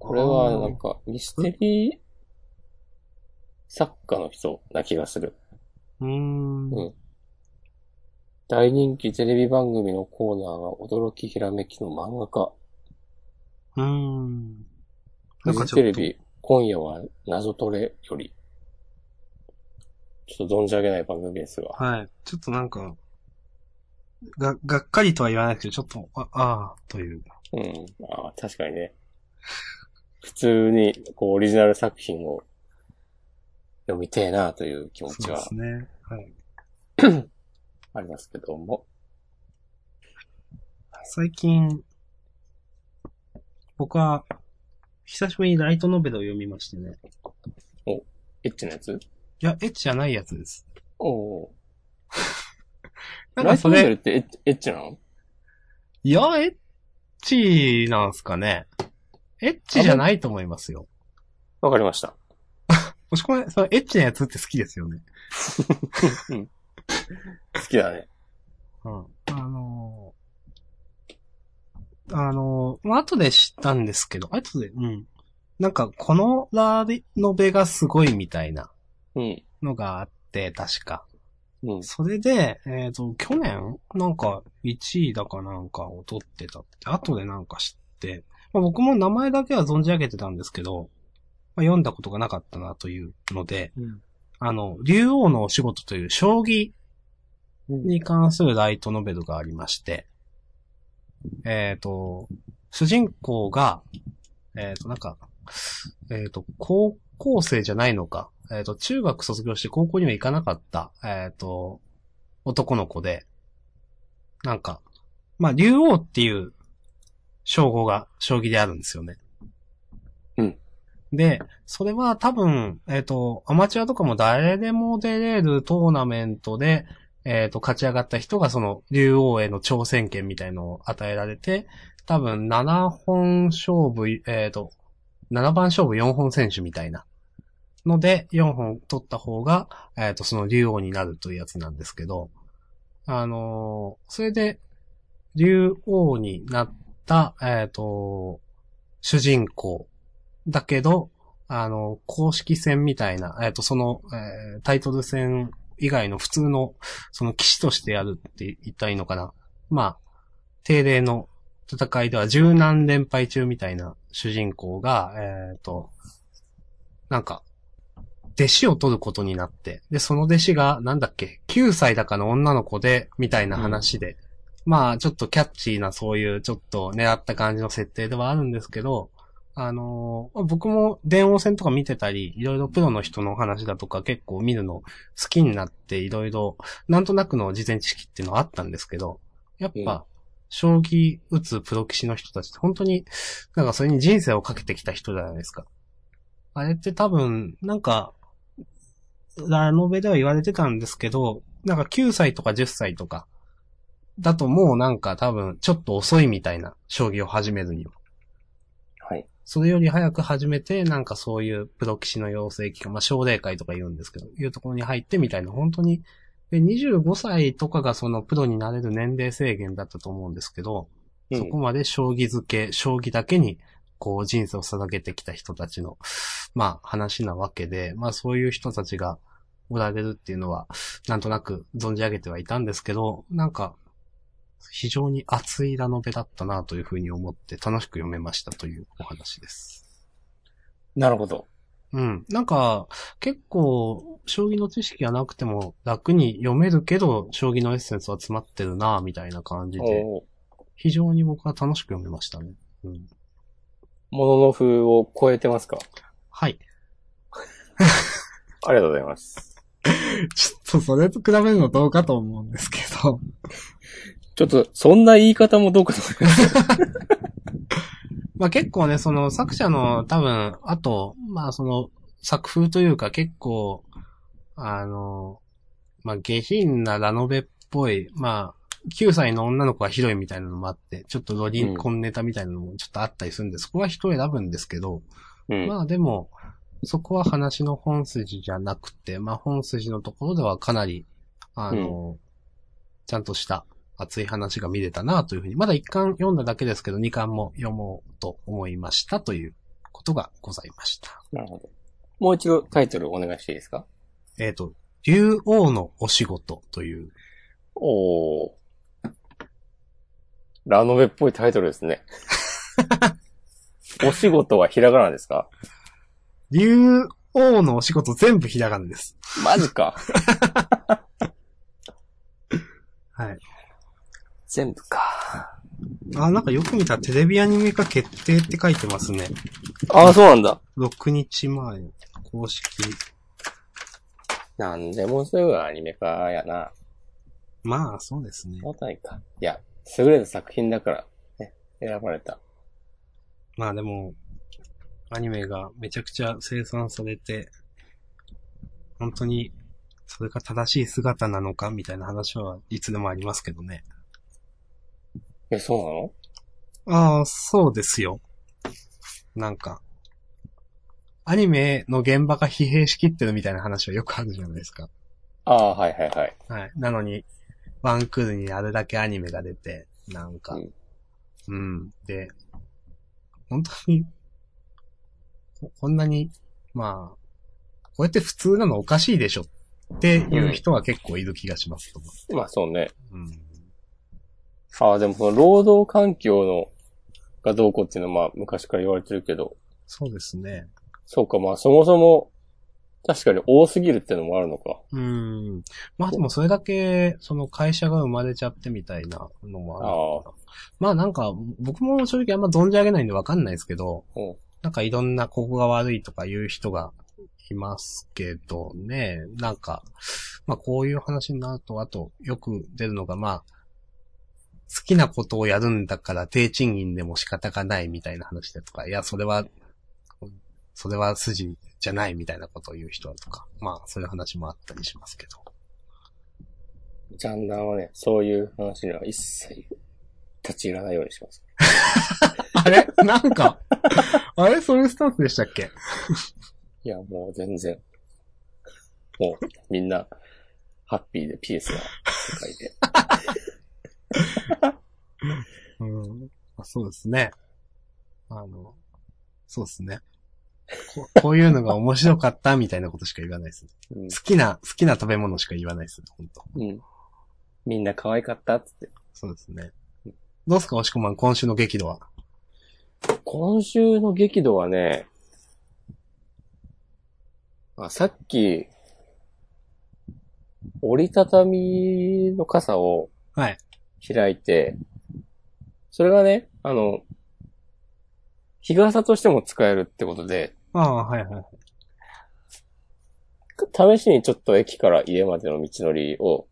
[SPEAKER 2] これは、なんか、ミステリー作家の人な気がする。
[SPEAKER 1] うーん。
[SPEAKER 2] うん大人気テレビ番組のコーナーが驚きひらめきの漫画家。
[SPEAKER 1] うーん。
[SPEAKER 2] フジテレビ、今夜は謎トレより。ちょっと存じ上げない番組ですが。
[SPEAKER 1] はい。ちょっとなんか、が、がっかりとは言わないけど、ちょっと、あ、あーという。
[SPEAKER 2] うん。ああ、確かにね。普通に、こう、オリジナル作品を読みてえなという気持
[SPEAKER 1] そ
[SPEAKER 2] ち
[SPEAKER 1] うで
[SPEAKER 2] は
[SPEAKER 1] すね。はい。
[SPEAKER 2] ありますけども。
[SPEAKER 1] 最近、僕は、久しぶりにライトノベルを読みましてね。
[SPEAKER 2] エッチなやつ
[SPEAKER 1] いや、エッチじゃないやつです。
[SPEAKER 2] おおー。
[SPEAKER 1] なん
[SPEAKER 2] ラ
[SPEAKER 1] か
[SPEAKER 2] イト
[SPEAKER 1] そ
[SPEAKER 2] ノベ
[SPEAKER 1] れ、
[SPEAKER 2] ルってエッチエッチなの
[SPEAKER 1] いや、エッチなんすかね。エッチじゃないと思いますよ。
[SPEAKER 2] わかりました。
[SPEAKER 1] もしこれ、そのエッチなやつって好きですよね。
[SPEAKER 2] 好きだね。
[SPEAKER 1] うん。あのーあのーまあ、後で知ったんですけど、後で、うん。なんか、このラノベがすごいみたいな
[SPEAKER 2] うん。
[SPEAKER 1] のがあって、確か。
[SPEAKER 2] うん。
[SPEAKER 1] それで、えっ、と、去年、なんか、1位だかなんかを取ってたって、後でなんか知って、まあ、僕も名前だけは存じ上げてたんですけど、まあ、読んだことがなかったなというので、
[SPEAKER 2] うん
[SPEAKER 1] あの、竜王のお仕事という将棋に関するライトノベルがありまして、えっ、と、主人公が、えっ、と、なんか、えっ、と、高校生じゃないのか、えっ、と、中学卒業して高校には行かなかった、えっ、と、男の子で、なんか、まあ、竜王っていう称号が将棋であるんですよね。
[SPEAKER 2] うん。
[SPEAKER 1] で、それは多分、えっ、と、アマチュアとかも誰でも出れるトーナメントで、えっ、と、勝ち上がった人がその竜王への挑戦権みたいのを与えられて、多分7本勝負、えっ、と、7番勝負4本選手みたいな。ので、4本取った方が、えっ、と、その竜王になるというやつなんですけど、あのーそれで、竜王になった、えっ、と、主人公。だけど、あの、公式戦みたいな、えっ、と、その、えータイトル戦以外の普通の、その騎士としてやるって言ったらいいのかな。まあ、定例の戦いでは十何連敗中みたいな主人公が、えっ、と、なんか、弟子を取ることになって、で、その弟子が、なんだっけ、9歳だかの女の子で、みたいな話で、まあ、ちょっとキャッチーな、そういう、ちょっと狙った感じの設定ではあるんですけど、あのー僕も電王戦とか見てたり、いろいろプロの人のお話だとか結構見るの好きになって、いろいろ、なんとなくの事前知識っていうのはあったんですけど、やっ
[SPEAKER 2] うん
[SPEAKER 1] ぱ、将棋打つプロ棋士の人たちって本当に、なんかそれに人生をかけてきた人じゃないですか。あれって多分、なんか、ラノベでは言われてたんですけど、なんか9歳とか10歳とか、だともうなんか多分ちょっと遅いみたいな、将棋を始めるには。
[SPEAKER 2] はい。
[SPEAKER 1] それより早く始めて、なんかそういうプロ棋士の養成機関、まあ奨励会とか言うんですけど、いうところに入ってみたいな、本当に、で、25歳とかがそのプロになれる年齢制限だったと思うんですけど、
[SPEAKER 2] うん
[SPEAKER 1] そこまで将棋漬け、将棋だけに、こう人生を捧げてきた人たちの、まあ話なわけで、まあそういう人たちがおられるっていうのは、なんとなく存じ上げてはいたんですけど、なんか、非常に熱いラノベだったなというふうに思って楽しく読めましたというお話です。
[SPEAKER 2] なるほど。
[SPEAKER 1] うん。なんか、結構、将棋の知識がなくても楽に読めるけど、将棋のエッセンスは詰まってるなみたいな感じで、
[SPEAKER 2] おー
[SPEAKER 1] 非常に僕は楽しく読めましたね。うん。
[SPEAKER 2] ものの風を超えてますか
[SPEAKER 1] はい。
[SPEAKER 2] ありがとうございます。
[SPEAKER 1] ちょっとそれと比べるのどうかと思うんですけど。
[SPEAKER 2] ちょっと、そんな言い方もどうかと思います。
[SPEAKER 1] まあ結構ね、その作者の多分、あと、まあその作風というか結構、あの、まあ下品なラノベっぽい、まあ、9歳の女の子はひどいみたいなのもあって、ちょっとロリンコンネタみたいなのもちょっとあったりするんで、そこは人選ぶんですけど、
[SPEAKER 2] うん。
[SPEAKER 1] まあでも、そこは話の本筋じゃなくて、まあ本筋のところではかなり、あの、ちゃんとした熱い話が見れたなというふうに、まだ一巻読んだだけですけど、二巻も読もうと思いましたということがございました。
[SPEAKER 2] なるほど。もう一度タイトルお願いしていいですか
[SPEAKER 1] えっ、と、竜王のお仕事という、
[SPEAKER 2] おお。ラノベっぽいタイトルですね。お仕事はひらがなですか
[SPEAKER 1] 竜王のお仕事全部ひらがなです。
[SPEAKER 2] マジか。
[SPEAKER 1] はい。
[SPEAKER 2] 全部か。
[SPEAKER 1] あ、なんかよく見たらテレビアニメ化決定って書いてますね。
[SPEAKER 2] ああ、そうなんだ。
[SPEAKER 1] 6日前、公式。
[SPEAKER 2] なんでもすぐアニメ化やな。
[SPEAKER 1] まあ、そうですね。
[SPEAKER 2] もたいか。いや、優れた作品だから、ね、選ばれた。
[SPEAKER 1] まあでも、アニメがめちゃくちゃ生産されて、本当に、それが正しい姿なのかみたいな話はいつでもありますけどね。
[SPEAKER 2] え、そうなの
[SPEAKER 1] ああ、そうですよ。なんか、アニメの現場が疲弊しきってるみたいな話はよくあるじゃないですか。
[SPEAKER 2] ああ、はいはいはい。
[SPEAKER 1] はい。なのに、ワンクールにあれだけアニメが出て、なんか、
[SPEAKER 2] うん
[SPEAKER 1] うん。で、本当に、ここんなに、まあ、こうやって普通なのおかしいでしょっていう人は結構いる気がします。
[SPEAKER 2] まあそうね。
[SPEAKER 1] うん。
[SPEAKER 2] ああ、でもその労働環境の、がどうこうっていうのはまあ昔から言われてるけど、
[SPEAKER 1] そうですね。
[SPEAKER 2] そうかまあそもそも、確かに多すぎるってのもあるのか。
[SPEAKER 1] うん。まあでもそれだけ、その会社が生まれちゃってみたいなのもあるのかな。まあなんか、僕も正直あんま存じ上げないんでわかんないですけど、
[SPEAKER 2] うん
[SPEAKER 1] なんかいろんなここが悪いとか言う人がいますけどね、なんか、まあこういう話になると、あとよく出るのが、まあ、好きなことをやるんだから低賃金でも仕方がないみたいな話だとか、いや、それは、それは筋じゃないみたいなことを言う人だとか、まあそういう話もあったりしますけど。
[SPEAKER 2] ジャンダーはね、そういう話には一切立ち入らないようにします。
[SPEAKER 1] あれなんか、あれそういうスタンスでしたっけ
[SPEAKER 2] いや、もう全然。もう、みんな、ハッピーでピースな世界で。
[SPEAKER 1] うん。あそうですね。あの、そうですね。こ こういうのが面白かったみたいなことしか言わないです。
[SPEAKER 2] うん
[SPEAKER 1] 好きな、好きな食べ物しか言わないです。本当
[SPEAKER 2] うん。みんな可愛かったっつって。
[SPEAKER 1] そうですね。どうすか、押し込まん、今週の激怒は。
[SPEAKER 2] 今週の激怒はね、あ、さっき、折りたたみの傘を
[SPEAKER 1] はい。
[SPEAKER 2] 開いて、それがね、あの、日傘としても使えるってことで、
[SPEAKER 1] ああ、はいはい。
[SPEAKER 2] 試しにちょっと駅から家までの道のりを、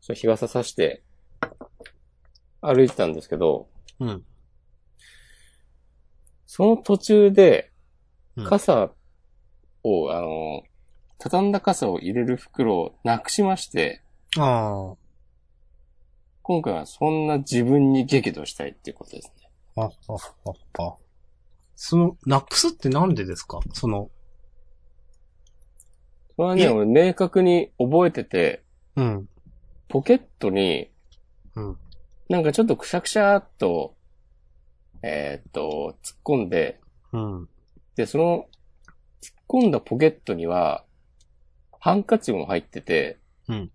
[SPEAKER 2] そう日傘さして、歩いてたんですけど、
[SPEAKER 1] うん。
[SPEAKER 2] その途中で
[SPEAKER 1] うん、
[SPEAKER 2] 傘を、あの、畳んだ傘を入れる袋をなくしまして、
[SPEAKER 1] あ
[SPEAKER 2] 今回はそんな自分に激怒したいっていうことですね。
[SPEAKER 1] あ、あ、あ、あ、あ。その、なくすってなんでですかその、
[SPEAKER 2] それはね、
[SPEAKER 1] え
[SPEAKER 2] 俺明確に覚えてて、
[SPEAKER 1] うん。
[SPEAKER 2] ポケットに、
[SPEAKER 1] うん
[SPEAKER 2] なんかちょっとくしゃくしゃっと、えーっと、突っ込んで、
[SPEAKER 1] うん。
[SPEAKER 2] で、その、突っ込んだポケットには、ハンカチも入ってて、
[SPEAKER 1] うん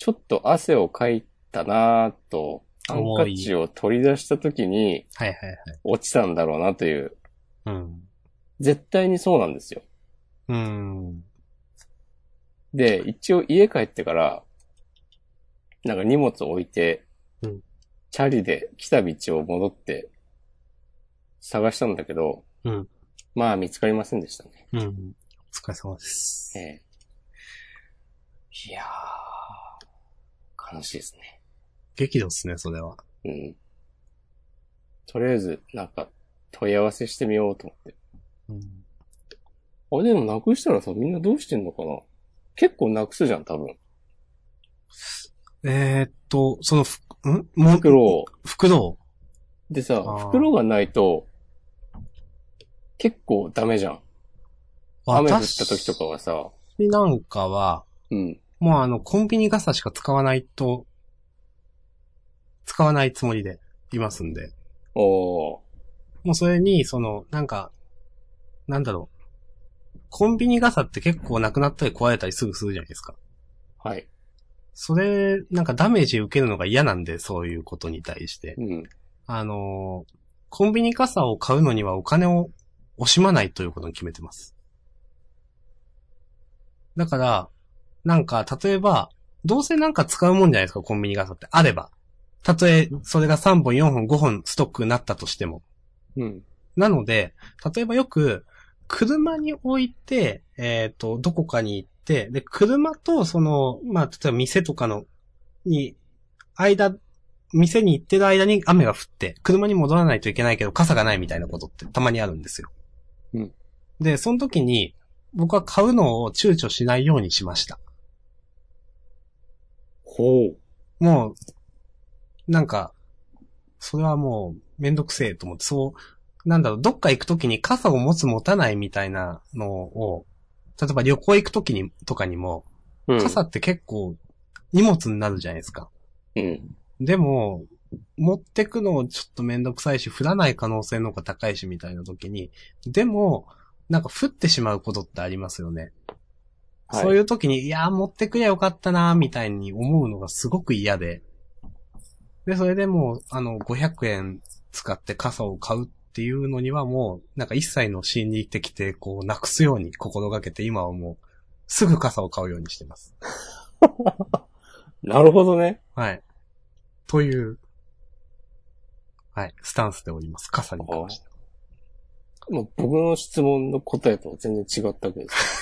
[SPEAKER 2] ちょっと汗をかいたなぁと、ハン
[SPEAKER 1] お
[SPEAKER 2] カ
[SPEAKER 1] ーいい
[SPEAKER 2] チを取り出した時に
[SPEAKER 1] はいはいはい。
[SPEAKER 2] 落ちたんだろうなという、
[SPEAKER 1] うん。
[SPEAKER 2] 絶対にそうなんですよ。
[SPEAKER 1] うん。
[SPEAKER 2] で、一応家帰ってから、なんか荷物置いて、
[SPEAKER 1] うん
[SPEAKER 2] チャリで来た道を戻って、探したんだけど、
[SPEAKER 1] うん
[SPEAKER 2] まあ見つかりませんでしたね。
[SPEAKER 1] うん。お疲れ様です。
[SPEAKER 2] ええ。いやー、悲しいですね。
[SPEAKER 1] 激怒っすね、それは。
[SPEAKER 2] うん。とりあえず、なんか、問い合わせしてみようと思って。
[SPEAKER 1] うん。
[SPEAKER 2] あ、でもなくしたらさ、みんなどうしてんのかな結構なくすじゃん、多 分。
[SPEAKER 1] えー、っと、そのふ、んもう
[SPEAKER 2] 袋を。
[SPEAKER 1] 袋を。
[SPEAKER 2] でさ
[SPEAKER 1] あー、
[SPEAKER 2] 袋がないと、結構ダメじゃん。雨降った時とかはさ、
[SPEAKER 1] 私なんかは、
[SPEAKER 2] うん。
[SPEAKER 1] もうあの、コンビニ傘しか使わないと、使わないつもりで、いますんで。
[SPEAKER 2] おー、
[SPEAKER 1] もうそれに、その、なんか、なんだろう。コンビニ傘って結構なくなったり壊れたりすぐするじゃないですか。
[SPEAKER 2] はい。
[SPEAKER 1] それ、なんかダメージ受けるのが嫌なんで、そういうことに対して。
[SPEAKER 2] うん。
[SPEAKER 1] あのーコンビニ傘を買うのにはお金を惜しまないということに決めてます。だから、なんか、例えば、どうせなんか使うもんじゃないですか、コンビニ傘って。あれば。たとえ、それが3本、4本、5本ストックになったとしても。
[SPEAKER 2] うん。
[SPEAKER 1] なので、例えばよく、車に置いて、えっ、と、どこかに行って、で、車と、その、まあ、例えば店とかの、に、間、店に行ってる間に雨が降って、車に戻らないといけないけど、傘がないみたいなことってたまにあるんですよ。
[SPEAKER 2] うん
[SPEAKER 1] で、その時に、僕は買うのを躊躇しないようにしました。
[SPEAKER 2] ほう。
[SPEAKER 1] もう、なんか、それはもう、めんどくせえと思って、そう、なんだろう、どっか行くときに傘を持つ持たないみたいなのを、例えば旅行行くときに、とかにも、
[SPEAKER 2] うん。
[SPEAKER 1] 傘って結構荷物になるじゃないですか。
[SPEAKER 2] うん。
[SPEAKER 1] でも、持ってくのちょっとめんどくさいし、降らない可能性の方が高いしみたいな時に、でも、なんか降ってしまうことってありますよね。
[SPEAKER 2] はい
[SPEAKER 1] そういう時に、いやー持ってくりゃよかったなーみたいに思うのがすごく嫌で。で、それでもう、あの、500円使って傘を買うっていうのにはもう、なんか一切の心理的抵抗をなくすように心がけて、今はもう、すぐ傘を買うようにしてます。
[SPEAKER 2] なるほどね。
[SPEAKER 1] はい。という、はい、スタンスでおります。傘に関して。
[SPEAKER 2] もう僕の質問の答えとは全然違ったわ けです。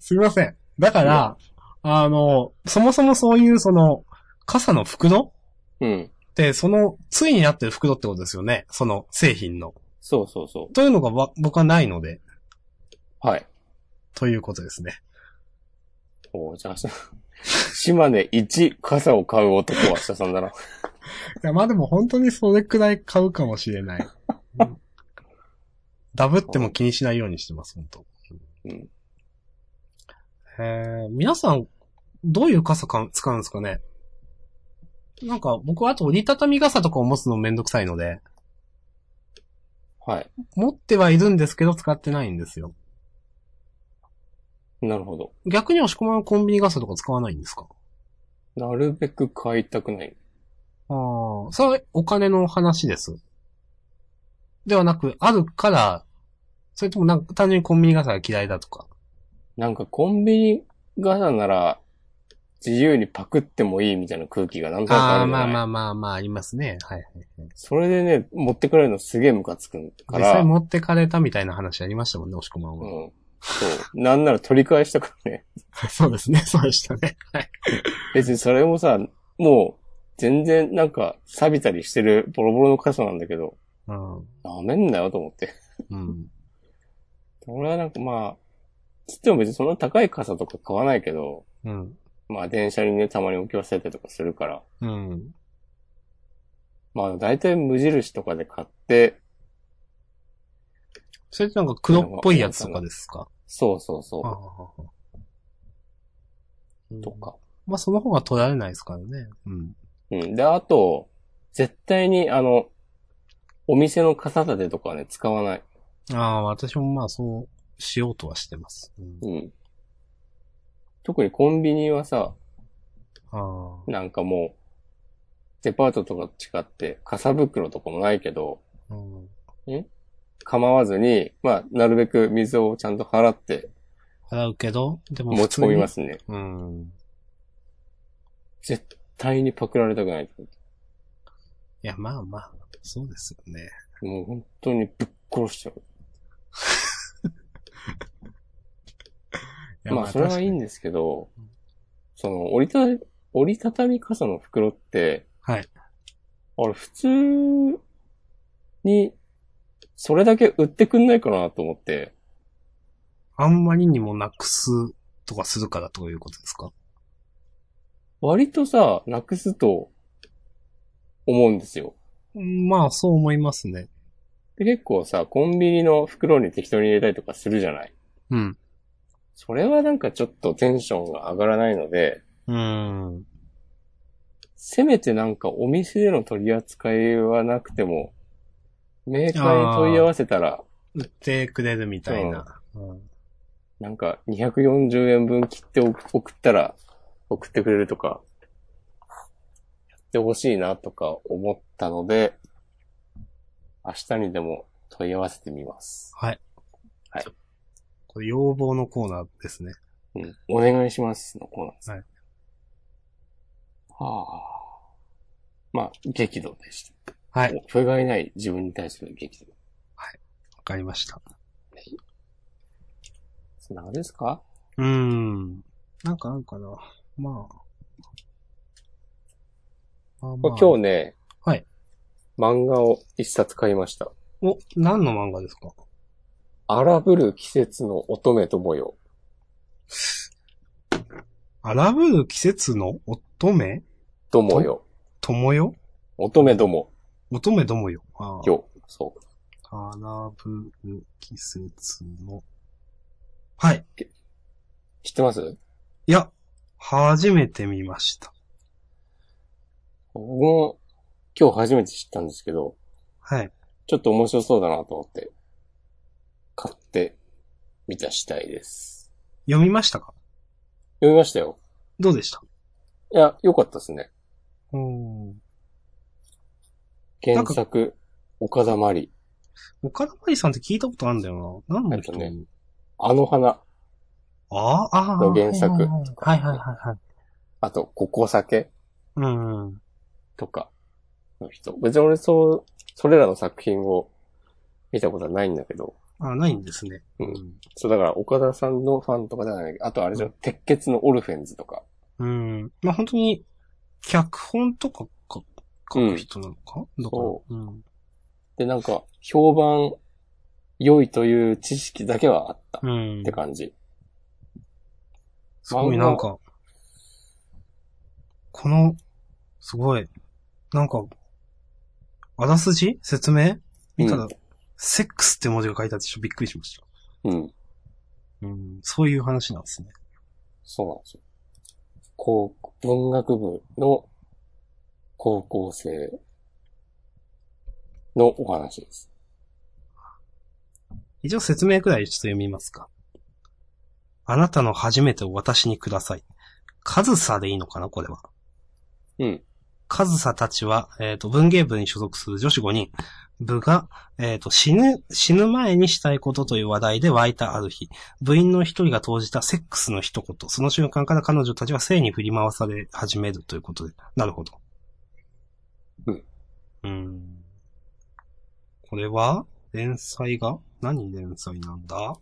[SPEAKER 1] すみません。だから、あの、そもそもそういうその、傘の袋
[SPEAKER 2] うん。
[SPEAKER 1] って、その、ついになってる袋ってことですよね。その、製品の。
[SPEAKER 2] そうそうそ
[SPEAKER 1] というのがわ僕はないので、
[SPEAKER 2] う。はい。
[SPEAKER 1] ということですね。
[SPEAKER 2] おーじゃあ、 し島根一傘を買う男は下さんだな。
[SPEAKER 1] いや、まあでも本当にそれくらい買うかもしれない。うんダブっても気にしないようにしてます、本当
[SPEAKER 2] うん。
[SPEAKER 1] えー、皆さん、どういう傘か使うんですかねなんか、僕はあと折りたたみ傘とかを持つのめんどくさいので、
[SPEAKER 2] はい。
[SPEAKER 1] 持ってはいるんですけど使ってないんですよ。
[SPEAKER 2] なるほど。
[SPEAKER 1] 逆に押し込まのコンビニ傘とか使わないんですか
[SPEAKER 2] なるべく買いたくない。
[SPEAKER 1] ああ、それはお金の話です。ではなく、あるから、それともなんか単純にコンビニ傘が嫌いだとか。
[SPEAKER 2] なんかコンビニ傘なら自由にパクってもいいみたいな空気がなんとなくあ
[SPEAKER 1] ああ、
[SPEAKER 2] るじ
[SPEAKER 1] ま
[SPEAKER 2] ゃな
[SPEAKER 1] あ
[SPEAKER 2] い
[SPEAKER 1] まあまあまあ、ありますね。はいはいはい。
[SPEAKER 2] それでね、持ってくれるのすげえムカつく
[SPEAKER 1] 実
[SPEAKER 2] から。
[SPEAKER 1] 際持ってかれたみたいな話ありましたもんね、押し込まんは。
[SPEAKER 2] うん。そう。なんなら取り返したからね。
[SPEAKER 1] そうですね、そうでしたね。はい。
[SPEAKER 2] 別にそれもさ、もう全然なんか錆びたりしてるボロボロの傘なんだけど、
[SPEAKER 1] うん。
[SPEAKER 2] なめんなよと思って。
[SPEAKER 1] うん。
[SPEAKER 2] 俺はなんかまあ、つっても別にそんな高い傘とか買わないけど、
[SPEAKER 1] うん。
[SPEAKER 2] まあ電車にね、たまに置き忘れたりとかするから、
[SPEAKER 1] うん。
[SPEAKER 2] まあ大体無印とかで買って、
[SPEAKER 1] それってなんか黒っぽいやつとかですか
[SPEAKER 2] そうそう
[SPEAKER 1] ああ
[SPEAKER 2] そ
[SPEAKER 1] うん
[SPEAKER 2] う、とか。
[SPEAKER 1] まあその方が取られないですからね。うん。
[SPEAKER 2] うん。で、あと、絶対にあの、お店の傘立てとかはね、使わない。
[SPEAKER 1] ああ、私もまあそうしようとはしてます。うん、
[SPEAKER 2] うん。特にコンビニはさ、
[SPEAKER 1] あ
[SPEAKER 2] なんかもう、デパートとかと違って、傘袋とかもないけど、
[SPEAKER 1] あ、うん。
[SPEAKER 2] 構わずに、まあ、なるべく水をちゃんと払って
[SPEAKER 1] 払うけど、でも。
[SPEAKER 2] 持ち込みますすね。
[SPEAKER 1] うん。い
[SPEAKER 2] 絶対にパクられたくない。
[SPEAKER 1] や、まあまあ、そうですよね。
[SPEAKER 2] もう本当にぶっ殺しちゃう。
[SPEAKER 1] いや
[SPEAKER 2] まあ、それはいいん
[SPEAKER 1] で
[SPEAKER 2] ですけど
[SPEAKER 1] うん、
[SPEAKER 2] その、折りた、折りたたみ傘の袋って、
[SPEAKER 1] はい。
[SPEAKER 2] あれ、普通に、それだけ売ってくんないかなと思って、
[SPEAKER 1] あんまりにもなくすとかするからということですか
[SPEAKER 2] 割とさ、なくすと思うんですよ。
[SPEAKER 1] うんまあ、そう思いますね。
[SPEAKER 2] で結構さ、コンビニの袋に適当に入れたりとかするじゃない。
[SPEAKER 1] うん。
[SPEAKER 2] それはなんかちょっとテンションが上がらないので、
[SPEAKER 1] うん。
[SPEAKER 2] せめてなんかお店での取り扱いはなくても、メーカーに問い合わせたら、
[SPEAKER 1] 売ってくれるみたいな。うん
[SPEAKER 2] なんか240円分切っておく送ったら、送ってくれるとか、やってほしいなとか思ったので、明日にでも問い合わせてみます。
[SPEAKER 1] はい。
[SPEAKER 2] はい。
[SPEAKER 1] これ要望のコーナーですね。
[SPEAKER 2] うん。お願いしますのコーナーです。
[SPEAKER 1] はい。
[SPEAKER 2] はあ。まあ、激怒でした。
[SPEAKER 1] はい。わ
[SPEAKER 2] もう不甲斐ない自分に対する激怒。
[SPEAKER 1] かりました。
[SPEAKER 2] そんな感じですか
[SPEAKER 1] うーん。なんかあるかな。まあ。まあまあ
[SPEAKER 2] 今日ね、
[SPEAKER 1] はい。
[SPEAKER 2] 漫画を一冊買いました。
[SPEAKER 1] お、何の漫画ですか
[SPEAKER 2] 荒ぶる季節の乙女と模様。
[SPEAKER 1] 荒ぶる季節の乙女
[SPEAKER 2] どもよ。
[SPEAKER 1] 友よ
[SPEAKER 2] 乙女ども
[SPEAKER 1] 乙女どもよ。あー
[SPEAKER 2] よ。そう。
[SPEAKER 1] 荒ぶる季節の。はい。
[SPEAKER 2] 知ってます
[SPEAKER 1] いや、初めて見ました。
[SPEAKER 2] 僕も今日初めて知ったんですけど、
[SPEAKER 1] はい。
[SPEAKER 2] ちょっと面白そうだなと思って、買ってみた次第です。
[SPEAKER 1] 読みましたか
[SPEAKER 2] 読みましたよ。
[SPEAKER 1] どうでした
[SPEAKER 2] いや、良かったですね。
[SPEAKER 1] うーん。
[SPEAKER 2] 原作、岡田まり、
[SPEAKER 1] 岡田まりさんって聞いたことあるんだよな。何の人
[SPEAKER 2] あるよあの花、
[SPEAKER 1] ああ、ああ。
[SPEAKER 2] の原作
[SPEAKER 1] はいはいはいはい。
[SPEAKER 2] あと、ここ酒
[SPEAKER 1] うん。
[SPEAKER 2] とかの人。別に俺そう、それらの作品を見たことはないんだけど、
[SPEAKER 1] あ、ないんですね。
[SPEAKER 2] うんそうだから岡田さんのファンとかではないけど、あとあれじゃん、鉄血のオルフェンズとか。
[SPEAKER 1] うん。うん。まあ、本当に、脚本とかか書く人なのか、だから。
[SPEAKER 2] そう
[SPEAKER 1] ん。
[SPEAKER 2] で、なんか、評判良いという知識だけはあった
[SPEAKER 1] うん
[SPEAKER 2] って。感じ。
[SPEAKER 1] すごいなんか、この、すごい、なんか、あらすじ説明見たら、
[SPEAKER 2] うん
[SPEAKER 1] セックスって文字が書いてあってちょっとびっくりしました。
[SPEAKER 2] うん。
[SPEAKER 1] うん。そういう話なんですね。
[SPEAKER 2] そうなんですよ。こう、文学部の高校生のお話です。
[SPEAKER 1] 一応説明くらいちょっと読みますか。あなたの初めてを私にください。カズサでいいのかなこれは。
[SPEAKER 2] うん。
[SPEAKER 1] カズサたちは、えっ、と、文芸部に所属する女子5人。部が、えっ、と、死ぬ、死ぬ前にしたいことという話題で湧いたある日、部員の一人が投じたセックスの一言、その瞬間から彼女たちは性に振り回され始めるということで。なるほど。
[SPEAKER 2] うん。
[SPEAKER 1] うん。これは、連載が何連載なんだ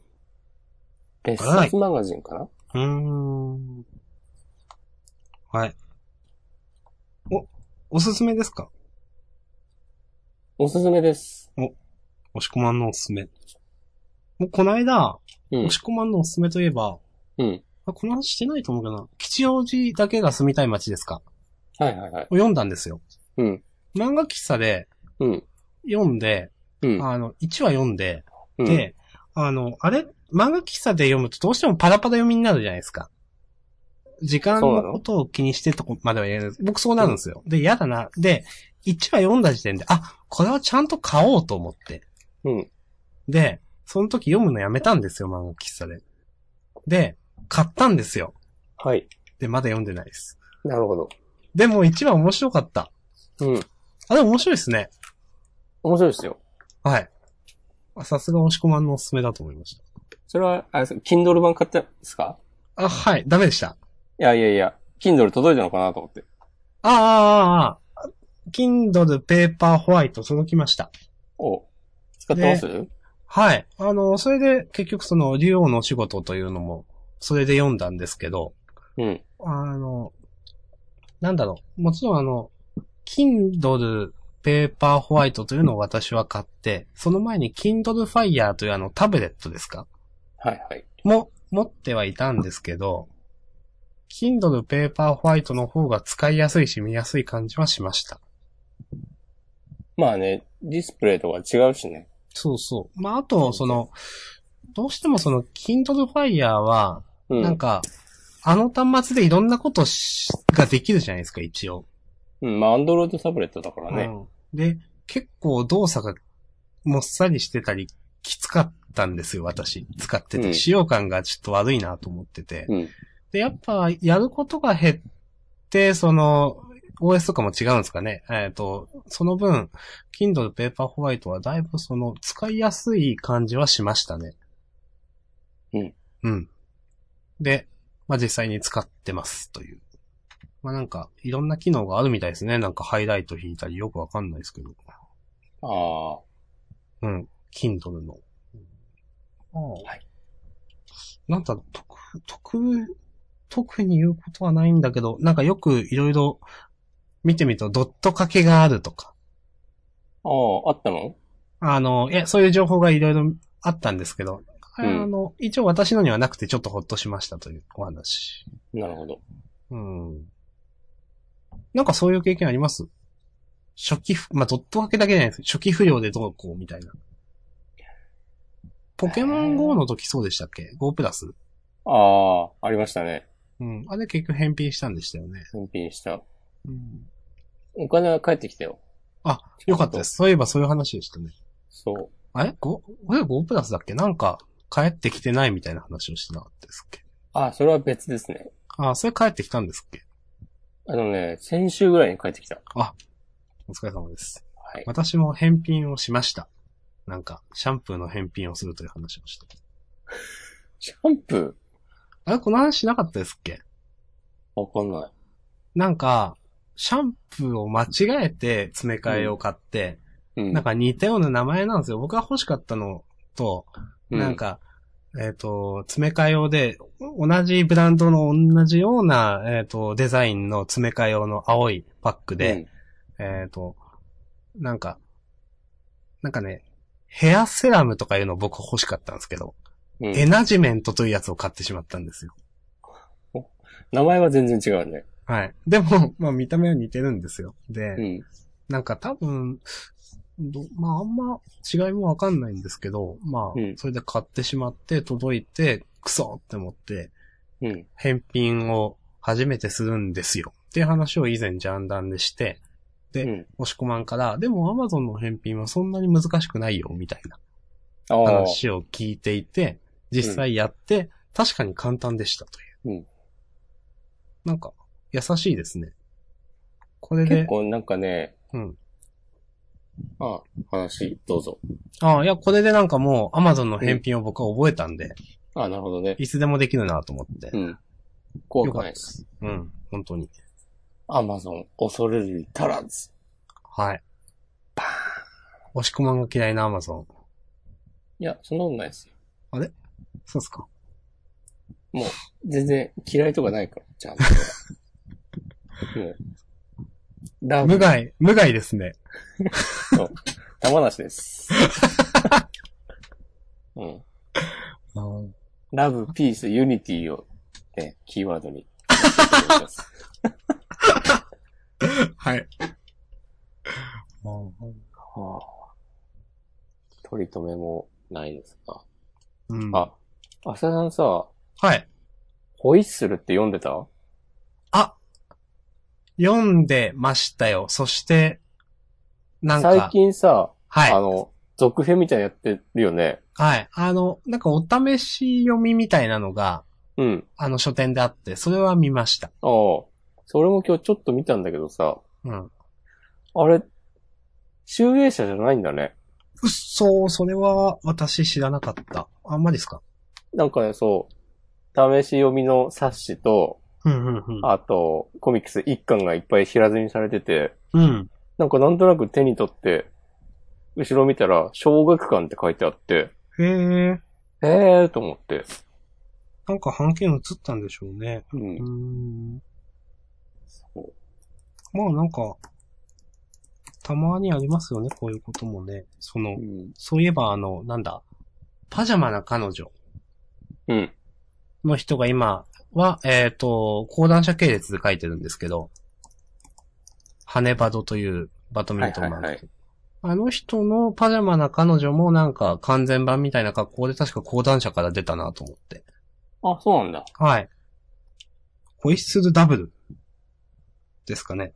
[SPEAKER 2] 別冊マガジンかな
[SPEAKER 1] うーん。はい。お、おすすめですか
[SPEAKER 2] おすすめです。
[SPEAKER 1] 押し込まんのおすすめ。もうこの間、
[SPEAKER 2] うん
[SPEAKER 1] 押。し込まんのおすすめといえば、
[SPEAKER 2] うん。
[SPEAKER 1] あこの話してないと思うけどな、吉祥寺だけが住みたい街ですか
[SPEAKER 2] はいはいはい。
[SPEAKER 1] を読んだんですよ。
[SPEAKER 2] うん。
[SPEAKER 1] 漫画喫茶で
[SPEAKER 2] うん。
[SPEAKER 1] 読んで、
[SPEAKER 2] うん。
[SPEAKER 1] あの、1話読んで、
[SPEAKER 2] うん、
[SPEAKER 1] で、あの、あれ、漫画喫茶で読むとどうしてもパラパラ読みになるじゃないですか。時間
[SPEAKER 2] そうな
[SPEAKER 1] の
[SPEAKER 2] の
[SPEAKER 1] ことを気にしてとこまでは言えない。僕そうなるんですよ。で、嫌だな。で、1話読んだ時点で、あ、これはちゃんと買おうと思って。
[SPEAKER 2] うん。
[SPEAKER 1] で、その時読むのやめたんですよ、漫画喫茶で。で、買ったんですよ。
[SPEAKER 2] はい。
[SPEAKER 1] で、まだ読んでないです。
[SPEAKER 2] なるほど。
[SPEAKER 1] でも1話面白かった。
[SPEAKER 2] うん。
[SPEAKER 1] あ、でも面白いですね。
[SPEAKER 2] 面白いですよ。
[SPEAKER 1] はい。あさすが押し込まんのおすすめだと思いまし
[SPEAKER 2] それは、あれですか、Kindle 版買ったんですか
[SPEAKER 1] た。あ、はい。ダメでした。
[SPEAKER 2] いやいやいや、Kindle 届いたのかなと思って。
[SPEAKER 1] ああああ、ああ。Kindle Paper White 届きました。
[SPEAKER 2] お使ってます、
[SPEAKER 1] はい。あの、それで結局その竜王のお仕事というのも、それで読んだんですけど、
[SPEAKER 2] うん。
[SPEAKER 1] あの、なんだろう。もちろんあの、Kindle Paper White というのを私は買って、その前に Kindle Fire というあのタブレットですか
[SPEAKER 2] はいはい。
[SPEAKER 1] も、持ってはいたんですけど、Kindle Paper White の方が使いやすいし見やすい感じはしました。
[SPEAKER 2] まあね、ディスプレイとか違うしね。
[SPEAKER 1] そうそう。まあ、あと、その、どうしてもその、Kindle Fire は、
[SPEAKER 2] うん。
[SPEAKER 1] なんか、あの端末でいろんなことしができるじゃないですか、一応。
[SPEAKER 2] うん、まあ、アンドロイドタブレットだからね。
[SPEAKER 1] うんで、結構動作がもっさりしてたり、きつかったんですよ、私。使って
[SPEAKER 2] うん
[SPEAKER 1] て。使用感がちょっと悪いなと思ってて。
[SPEAKER 2] うん。
[SPEAKER 1] で、やっぱ、やることが減って、その、OS とかも違うんですかね。えっ、と、その分、Kindle Paperwhite はだいぶその、使いやすい感じはしましたね。
[SPEAKER 2] うん。
[SPEAKER 1] うん。で、まあ、実際に使ってます、という。まあ、なんか、いろんな機能があるみたいですね。なんか、ハイライト引いたり、よくわかんないですけど。
[SPEAKER 2] ああ。
[SPEAKER 1] うん。Kindle の。
[SPEAKER 2] はい。
[SPEAKER 1] なんだろう、特、特、特に言うことはないんだけど、なんかよくいろいろ見てみるとドット掛けがあるとか、
[SPEAKER 2] ああ、あったの
[SPEAKER 1] あの、え、そういう情報がいろいろあったんですけど、あ
[SPEAKER 2] うん
[SPEAKER 1] の、一応私のにはなくてちょっとほっとしましたというお話。
[SPEAKER 2] なるほど。
[SPEAKER 1] うん。なんかそういう経験あります初期不、まあ、ドット分けだけじゃないですけど、初期不良でどうこうみたいな。ポケモン GO の時そうでしたっけ ?GO プラス
[SPEAKER 2] ああ、ありましたね。
[SPEAKER 1] うん。あれ結局返品したんでしたよね。
[SPEAKER 2] 返品した。
[SPEAKER 1] うん。
[SPEAKER 2] お金は返ってきたよ。
[SPEAKER 1] あ、よかったです。そういえばそういう話でしたね。
[SPEAKER 2] そう。
[SPEAKER 1] あれ ?5、これ5プラスだっけなんか、帰ってきてないみたいな話をしてなかったですっけ
[SPEAKER 2] あ、それは別ですね。
[SPEAKER 1] あそれ帰ってきたんですっけ
[SPEAKER 2] あのね、先週ぐらいに帰ってきた。
[SPEAKER 1] お疲れ様です。
[SPEAKER 2] はい。
[SPEAKER 1] 私も返品をしました。なんか、シャンプーの返品をするという話をして。
[SPEAKER 2] シャンプ
[SPEAKER 1] あれこの話しなかったですっけ
[SPEAKER 2] ーわかんない。
[SPEAKER 1] なんか、シャンプーを間違えて詰め替えを買って、
[SPEAKER 2] うん。
[SPEAKER 1] なんか似たような名前なんですよ。僕が欲しかったのと、
[SPEAKER 2] う
[SPEAKER 1] なん、か、えっ、と、詰め替え用で、お同じブランドの同じような、えっ、と、デザインの詰め替え用の青いパックで、えっ、と、なんか、なんかね、ヘアセラムとかいうの僕欲しかったんですけど、
[SPEAKER 2] うん、うん
[SPEAKER 1] エナジメントというやつを買ってしまったんですよ。
[SPEAKER 2] 名前は全然違うね。
[SPEAKER 1] はい。でも、 まあ見た目は似てるんですよ。で、
[SPEAKER 2] うん。
[SPEAKER 1] なんか多分、どまああんま違いもわかんないんですけど、まあ
[SPEAKER 2] うん、
[SPEAKER 1] それで買ってしまって届いて、クソって思って、
[SPEAKER 2] うん。
[SPEAKER 1] 返品を初めてするんですよ。っていう話を以前ジャンダンでして、で
[SPEAKER 2] うん、
[SPEAKER 1] 押し込まんから、でも Amazon の返品はそんなに難しくないよ、みたいな
[SPEAKER 2] ああ。
[SPEAKER 1] 話を聞いていて、実際やって、確かに簡単でしたという。
[SPEAKER 2] うん
[SPEAKER 1] なんか、優しいですね。これ
[SPEAKER 2] 結
[SPEAKER 1] で、
[SPEAKER 2] 構なんかね、
[SPEAKER 1] うん。
[SPEAKER 2] あ話、どうぞ。
[SPEAKER 1] ああ、いや、これでなんかもう、アマゾンの返品を僕は覚えたんで、
[SPEAKER 2] あなるほどね。
[SPEAKER 1] いつでもできるなと思って
[SPEAKER 2] う。ん。怖
[SPEAKER 1] よ
[SPEAKER 2] く
[SPEAKER 1] かっ
[SPEAKER 2] な
[SPEAKER 1] た
[SPEAKER 2] い
[SPEAKER 1] で
[SPEAKER 2] です。
[SPEAKER 1] す。うん、本当に。
[SPEAKER 2] アマゾン、恐れるに足らず。
[SPEAKER 1] はい。押し込まんが嫌いなアマゾン。
[SPEAKER 2] いや、そんなことないですよ。
[SPEAKER 1] そうっすか。
[SPEAKER 2] 全然嫌いとかないから、ちゃ んと。もう。ラブ
[SPEAKER 1] 無害、無害ですね。
[SPEAKER 2] 玉なし です。うん。ラブ、ピース、ユニティを、ね、キーワードに。
[SPEAKER 1] はい。
[SPEAKER 2] はあ、取り留めもないですが。
[SPEAKER 1] うん、
[SPEAKER 2] あ、浅田さんさ、
[SPEAKER 1] はい。
[SPEAKER 2] ホイッスルって読んでた
[SPEAKER 1] あ読んでましたよ。そして、なんか、
[SPEAKER 2] 最近さ、
[SPEAKER 1] はい
[SPEAKER 2] あ。の、続編みたいなのやってるよね。
[SPEAKER 1] はい。あの、なんかお試し読みみたいなのが、
[SPEAKER 2] うん。
[SPEAKER 1] あの書店であって、それは見ました。
[SPEAKER 2] ああ。それも今日ちょっと見たんだけどさ、
[SPEAKER 1] うん。
[SPEAKER 2] あれ、集英社じゃないんだね。
[SPEAKER 1] うっそー、それは私知らなかった。あんまですか
[SPEAKER 2] なんかね、そう、試し読みの冊子と、
[SPEAKER 1] うんうんうん。
[SPEAKER 2] あと、コミックス一巻がいっぱい平積みされてて、
[SPEAKER 1] うん。
[SPEAKER 2] なんかなんとなく手に取って、後ろ見たら、小学館って書いてあって、
[SPEAKER 1] へえ、
[SPEAKER 2] ええーと思って。
[SPEAKER 1] なんか半径映ったんでしょうね。
[SPEAKER 2] う
[SPEAKER 1] うんー。ん。
[SPEAKER 2] そう
[SPEAKER 1] まあなんか、たまにありますよね、こういうこともね。その
[SPEAKER 2] う、ん。
[SPEAKER 1] そういえばあの、なんだ、パジャマな彼女
[SPEAKER 2] うん。
[SPEAKER 1] の人が今は、えっ、と、講談社系列で書いてるんですけど、ハネバドというバドミントンマンの
[SPEAKER 2] はいはいはい
[SPEAKER 1] あの人のパジャマな彼女もなんか完全版みたいな格好で確か講談社から出たなと思って。
[SPEAKER 2] あ、そうなんだ。
[SPEAKER 1] はい。ホイッスルダブル。ですかね。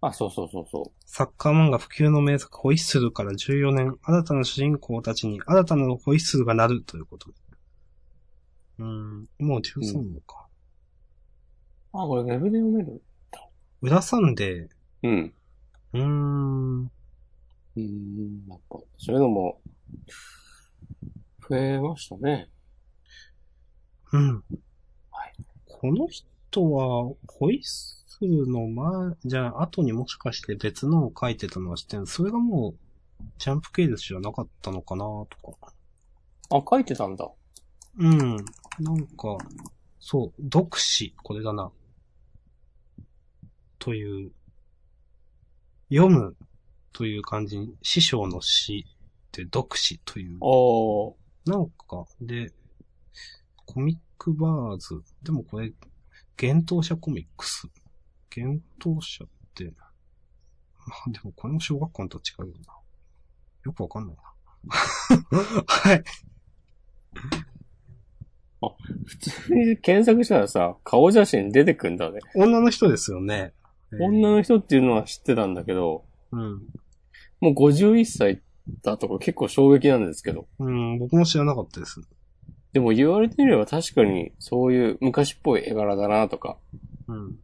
[SPEAKER 2] あ、そうそうそうそう。
[SPEAKER 1] サッカー漫画普及の名作ホイッスルから14年、新たな主人公たちに新たなホイッスルがなるということで。うーん、もう13のか。
[SPEAKER 2] あ、これウェブで読める
[SPEAKER 1] 裏サンデー、
[SPEAKER 2] うん。
[SPEAKER 1] うーん、
[SPEAKER 2] うん、なんか、そういうのも、増えましたね。
[SPEAKER 1] うん。
[SPEAKER 2] はい
[SPEAKER 1] この人は、ホイッスルの前、じゃあ、後にもしかして別のを書いてたのは知ってるそれがもう、ジャンプ系列じゃなかったのかなとか。
[SPEAKER 2] あ、書いてたんだ。
[SPEAKER 1] うん。なんか、そう、読詞、これだな。という、読むという感じに、師匠の詩って読詞という
[SPEAKER 2] おー。
[SPEAKER 1] なんか、で、コミックバーズ。でもこれ、幻冬者コミックス。幻冬者って、まあでもこれも小学校のと違うよな。よくわかんないな。はい。
[SPEAKER 2] 普通に検索したらさ、顔写真出てくんだね。
[SPEAKER 1] 女の人ですよね。
[SPEAKER 2] 女の人っていうのは知ってたんだけど、
[SPEAKER 1] うん。
[SPEAKER 2] もう51歳だとか結構衝撃なんですけど。
[SPEAKER 1] うん、僕も知らなかったです。
[SPEAKER 2] でも言われてみれば確かにそういう昔っぽい絵柄だなとか。
[SPEAKER 1] うん。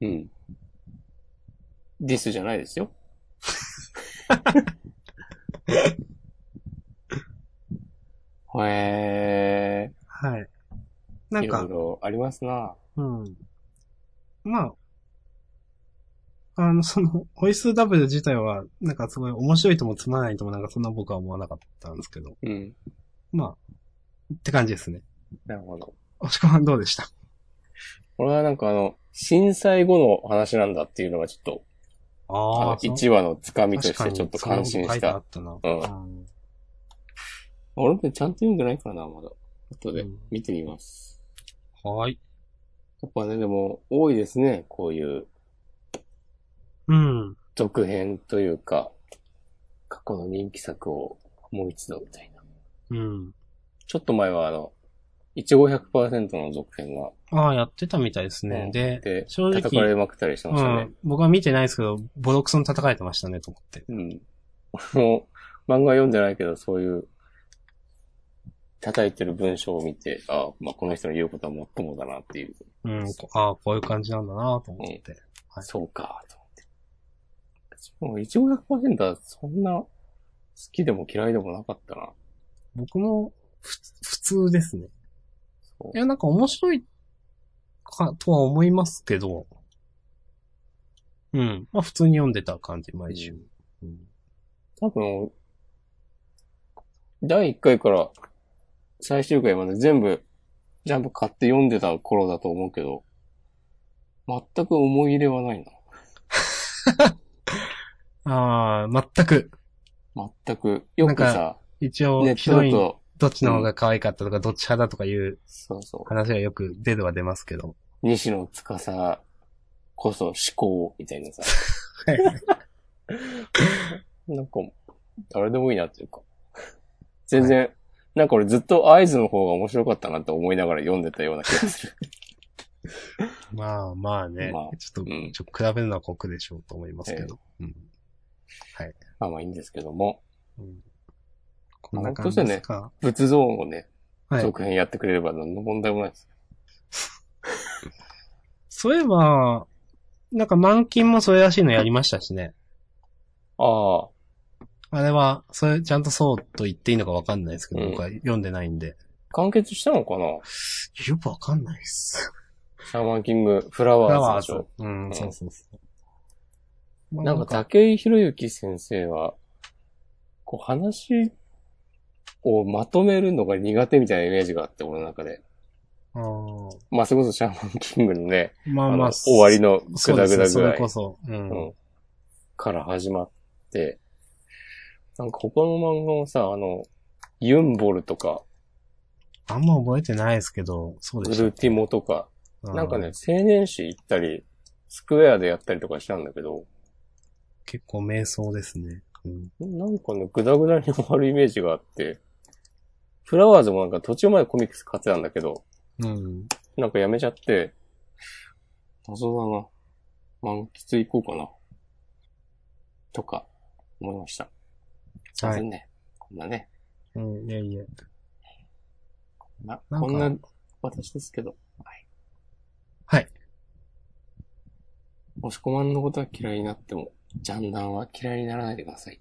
[SPEAKER 2] うん。ディスじゃないです よ。へ
[SPEAKER 1] はい。
[SPEAKER 2] え
[SPEAKER 1] な
[SPEAKER 2] ー。い
[SPEAKER 1] ん
[SPEAKER 2] ろ
[SPEAKER 1] か
[SPEAKER 2] い、ろありますな。
[SPEAKER 1] うん。まあ、あの、その、オイス W 自体は、なんかすごい面白いともつまらないともなんかそんな僕は思わなかったんですけど。
[SPEAKER 2] うん。
[SPEAKER 1] まあ、って感じですね。
[SPEAKER 2] なるほど。
[SPEAKER 1] おしくはどうでした
[SPEAKER 2] これはなんかあの、震災後の話なんだっていうのがちょっと、あの、
[SPEAKER 1] あ
[SPEAKER 2] 1話のつかみと
[SPEAKER 1] 確
[SPEAKER 2] し
[SPEAKER 1] か
[SPEAKER 2] て
[SPEAKER 1] に
[SPEAKER 2] ちょっと感心
[SPEAKER 1] そん
[SPEAKER 2] し
[SPEAKER 1] な
[SPEAKER 2] た。
[SPEAKER 1] こと書いて
[SPEAKER 2] う
[SPEAKER 1] あ
[SPEAKER 2] ん
[SPEAKER 1] ったな。うん
[SPEAKER 2] 俺もちゃんと読んでないからな、まだ。後で
[SPEAKER 1] うん
[SPEAKER 2] 見てみます。
[SPEAKER 1] はい。
[SPEAKER 2] やっぱね、でも多いですね、こういう
[SPEAKER 1] うん。
[SPEAKER 2] 続編というか、過去の人気作をもう一度みたいな。
[SPEAKER 1] うん。
[SPEAKER 2] ちょっと前はあの、1500%の続編が
[SPEAKER 1] ああ、やってたみたいですね。
[SPEAKER 2] うん
[SPEAKER 1] で、
[SPEAKER 2] で、
[SPEAKER 1] 正直
[SPEAKER 2] 叩かれまくったりしてま
[SPEAKER 1] う
[SPEAKER 2] したね。
[SPEAKER 1] ん。僕は見てないですけど、ボロクソに叩かれてましたね、と思って。
[SPEAKER 2] うん。俺も漫画読んでないけど、そういう、叩いてる文章を見て、あまあこの人の言うことはもっともだなっていう。
[SPEAKER 1] うん。こああ、こういう感じなんだなと思って。はい
[SPEAKER 2] そうか、と思って。もう1500%はそんな好きでも嫌いでもなかったな。
[SPEAKER 1] 僕も、ふ、普通ですね。
[SPEAKER 2] そう
[SPEAKER 1] いや、なんか面白いか、とは思いますけど、うん。まあ普通に読んでた感じ、毎週。うん。
[SPEAKER 2] 多分、第1回から最終回まで全部、ジャンプ買って読んでた頃だと思うけど、全く思い入れはない
[SPEAKER 1] ああ、全く、
[SPEAKER 2] な。全く。よくさ、
[SPEAKER 1] 一
[SPEAKER 2] ネ
[SPEAKER 1] 応、
[SPEAKER 2] ッ
[SPEAKER 1] ヒ
[SPEAKER 2] ト
[SPEAKER 1] ロ
[SPEAKER 2] だ
[SPEAKER 1] イン、
[SPEAKER 2] と、
[SPEAKER 1] どっちの方が可愛かったとか、どっち派だとかいう
[SPEAKER 2] そうそ
[SPEAKER 1] 話がよく出るは出ますけど。
[SPEAKER 2] う、西野司こそ思考みたいなさ。なんか、誰でもいいなっていうか。全然、なんか俺ずっと合図の方が面白かったなって思いながら読んでたような気がする。
[SPEAKER 1] まあまあね、
[SPEAKER 2] まあ
[SPEAKER 1] ちょっと、
[SPEAKER 2] うん
[SPEAKER 1] ちょっと比べるのは酷でしょうと思いますけど。うん。
[SPEAKER 2] まあまあいいんですけども、
[SPEAKER 1] うんこんな感じですか。
[SPEAKER 2] 仏像をね、
[SPEAKER 1] はい。
[SPEAKER 2] 続編やってくれれば何の問題もないです。
[SPEAKER 1] そういえば、なんか満金もそれらしいのやりましたしね。
[SPEAKER 2] ああ、
[SPEAKER 1] あれは、それ、ちゃんとそうと言っていいのかわかんないですけど、
[SPEAKER 2] うん
[SPEAKER 1] 僕は読んでないんで。
[SPEAKER 2] 完結したのかな
[SPEAKER 1] よくわかんないっ す。
[SPEAKER 2] シャーマンキング、フラ
[SPEAKER 1] フラ
[SPEAKER 2] ワー
[SPEAKER 1] ワ
[SPEAKER 2] ズ
[SPEAKER 1] ーズ
[SPEAKER 2] で。
[SPEAKER 1] う、
[SPEAKER 2] うんん
[SPEAKER 1] そうそうそう。
[SPEAKER 2] しょ。なんか、竹井博之先生は、こう話をまとめるのが苦手みたいなイメージがあって、俺の中で。
[SPEAKER 1] あー
[SPEAKER 2] まあ、それこそシャーマンキングのね、
[SPEAKER 1] ま
[SPEAKER 2] あ
[SPEAKER 1] あ
[SPEAKER 2] の
[SPEAKER 1] まあ、
[SPEAKER 2] 終わりの
[SPEAKER 1] そ
[SPEAKER 2] グ
[SPEAKER 1] うで
[SPEAKER 2] ダ
[SPEAKER 1] すねそ
[SPEAKER 2] グダぐ
[SPEAKER 1] れ
[SPEAKER 2] らい
[SPEAKER 1] こそ。う
[SPEAKER 2] うん
[SPEAKER 1] ん。
[SPEAKER 2] から始まって、なんか他の漫画もさ、あの、ユンボルとか、
[SPEAKER 1] あんま覚えてないですけど、そう
[SPEAKER 2] グ
[SPEAKER 1] でし
[SPEAKER 2] ルティモとか、
[SPEAKER 1] た。
[SPEAKER 2] なんか
[SPEAKER 1] う
[SPEAKER 2] ね、、青年誌行ったり、スクエアでやったりとかしたんだけど、
[SPEAKER 1] 結構迷走ですね。うん。
[SPEAKER 2] なんかね、グダグダに終わるイメージがあって、フラワーズもなんか途中までコミックス買ってたんだけど、
[SPEAKER 1] うん。
[SPEAKER 2] なんかやめちゃって、謎だな。満喫行こうかな。とか、思いました。すいま
[SPEAKER 1] は
[SPEAKER 2] せ
[SPEAKER 1] い。
[SPEAKER 2] んね。こんなね。
[SPEAKER 1] うん、いやいや。
[SPEAKER 2] な
[SPEAKER 1] なんか
[SPEAKER 2] こんな私ですけど。はい。
[SPEAKER 1] はい。
[SPEAKER 2] 押し込まんのことは嫌いになっても、ジャンダンは嫌いにならないでください。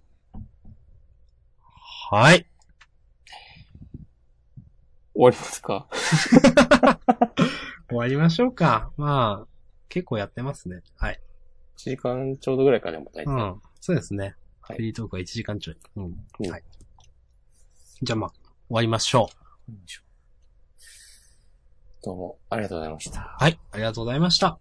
[SPEAKER 1] はい。
[SPEAKER 2] 終わりますか
[SPEAKER 1] 終わりましょうか。まあ、結構やってますね。はい。
[SPEAKER 2] ?1 時間ちょうどぐらいかでも大
[SPEAKER 1] う
[SPEAKER 2] 体。
[SPEAKER 1] ん。そうですね。
[SPEAKER 2] はい
[SPEAKER 1] フリートークは1時間ちょい。うん。
[SPEAKER 2] うん
[SPEAKER 1] はい。じゃあまあ、終わりましょう。
[SPEAKER 2] どうも、ありがとうございました。
[SPEAKER 1] はい。ありがとうございました。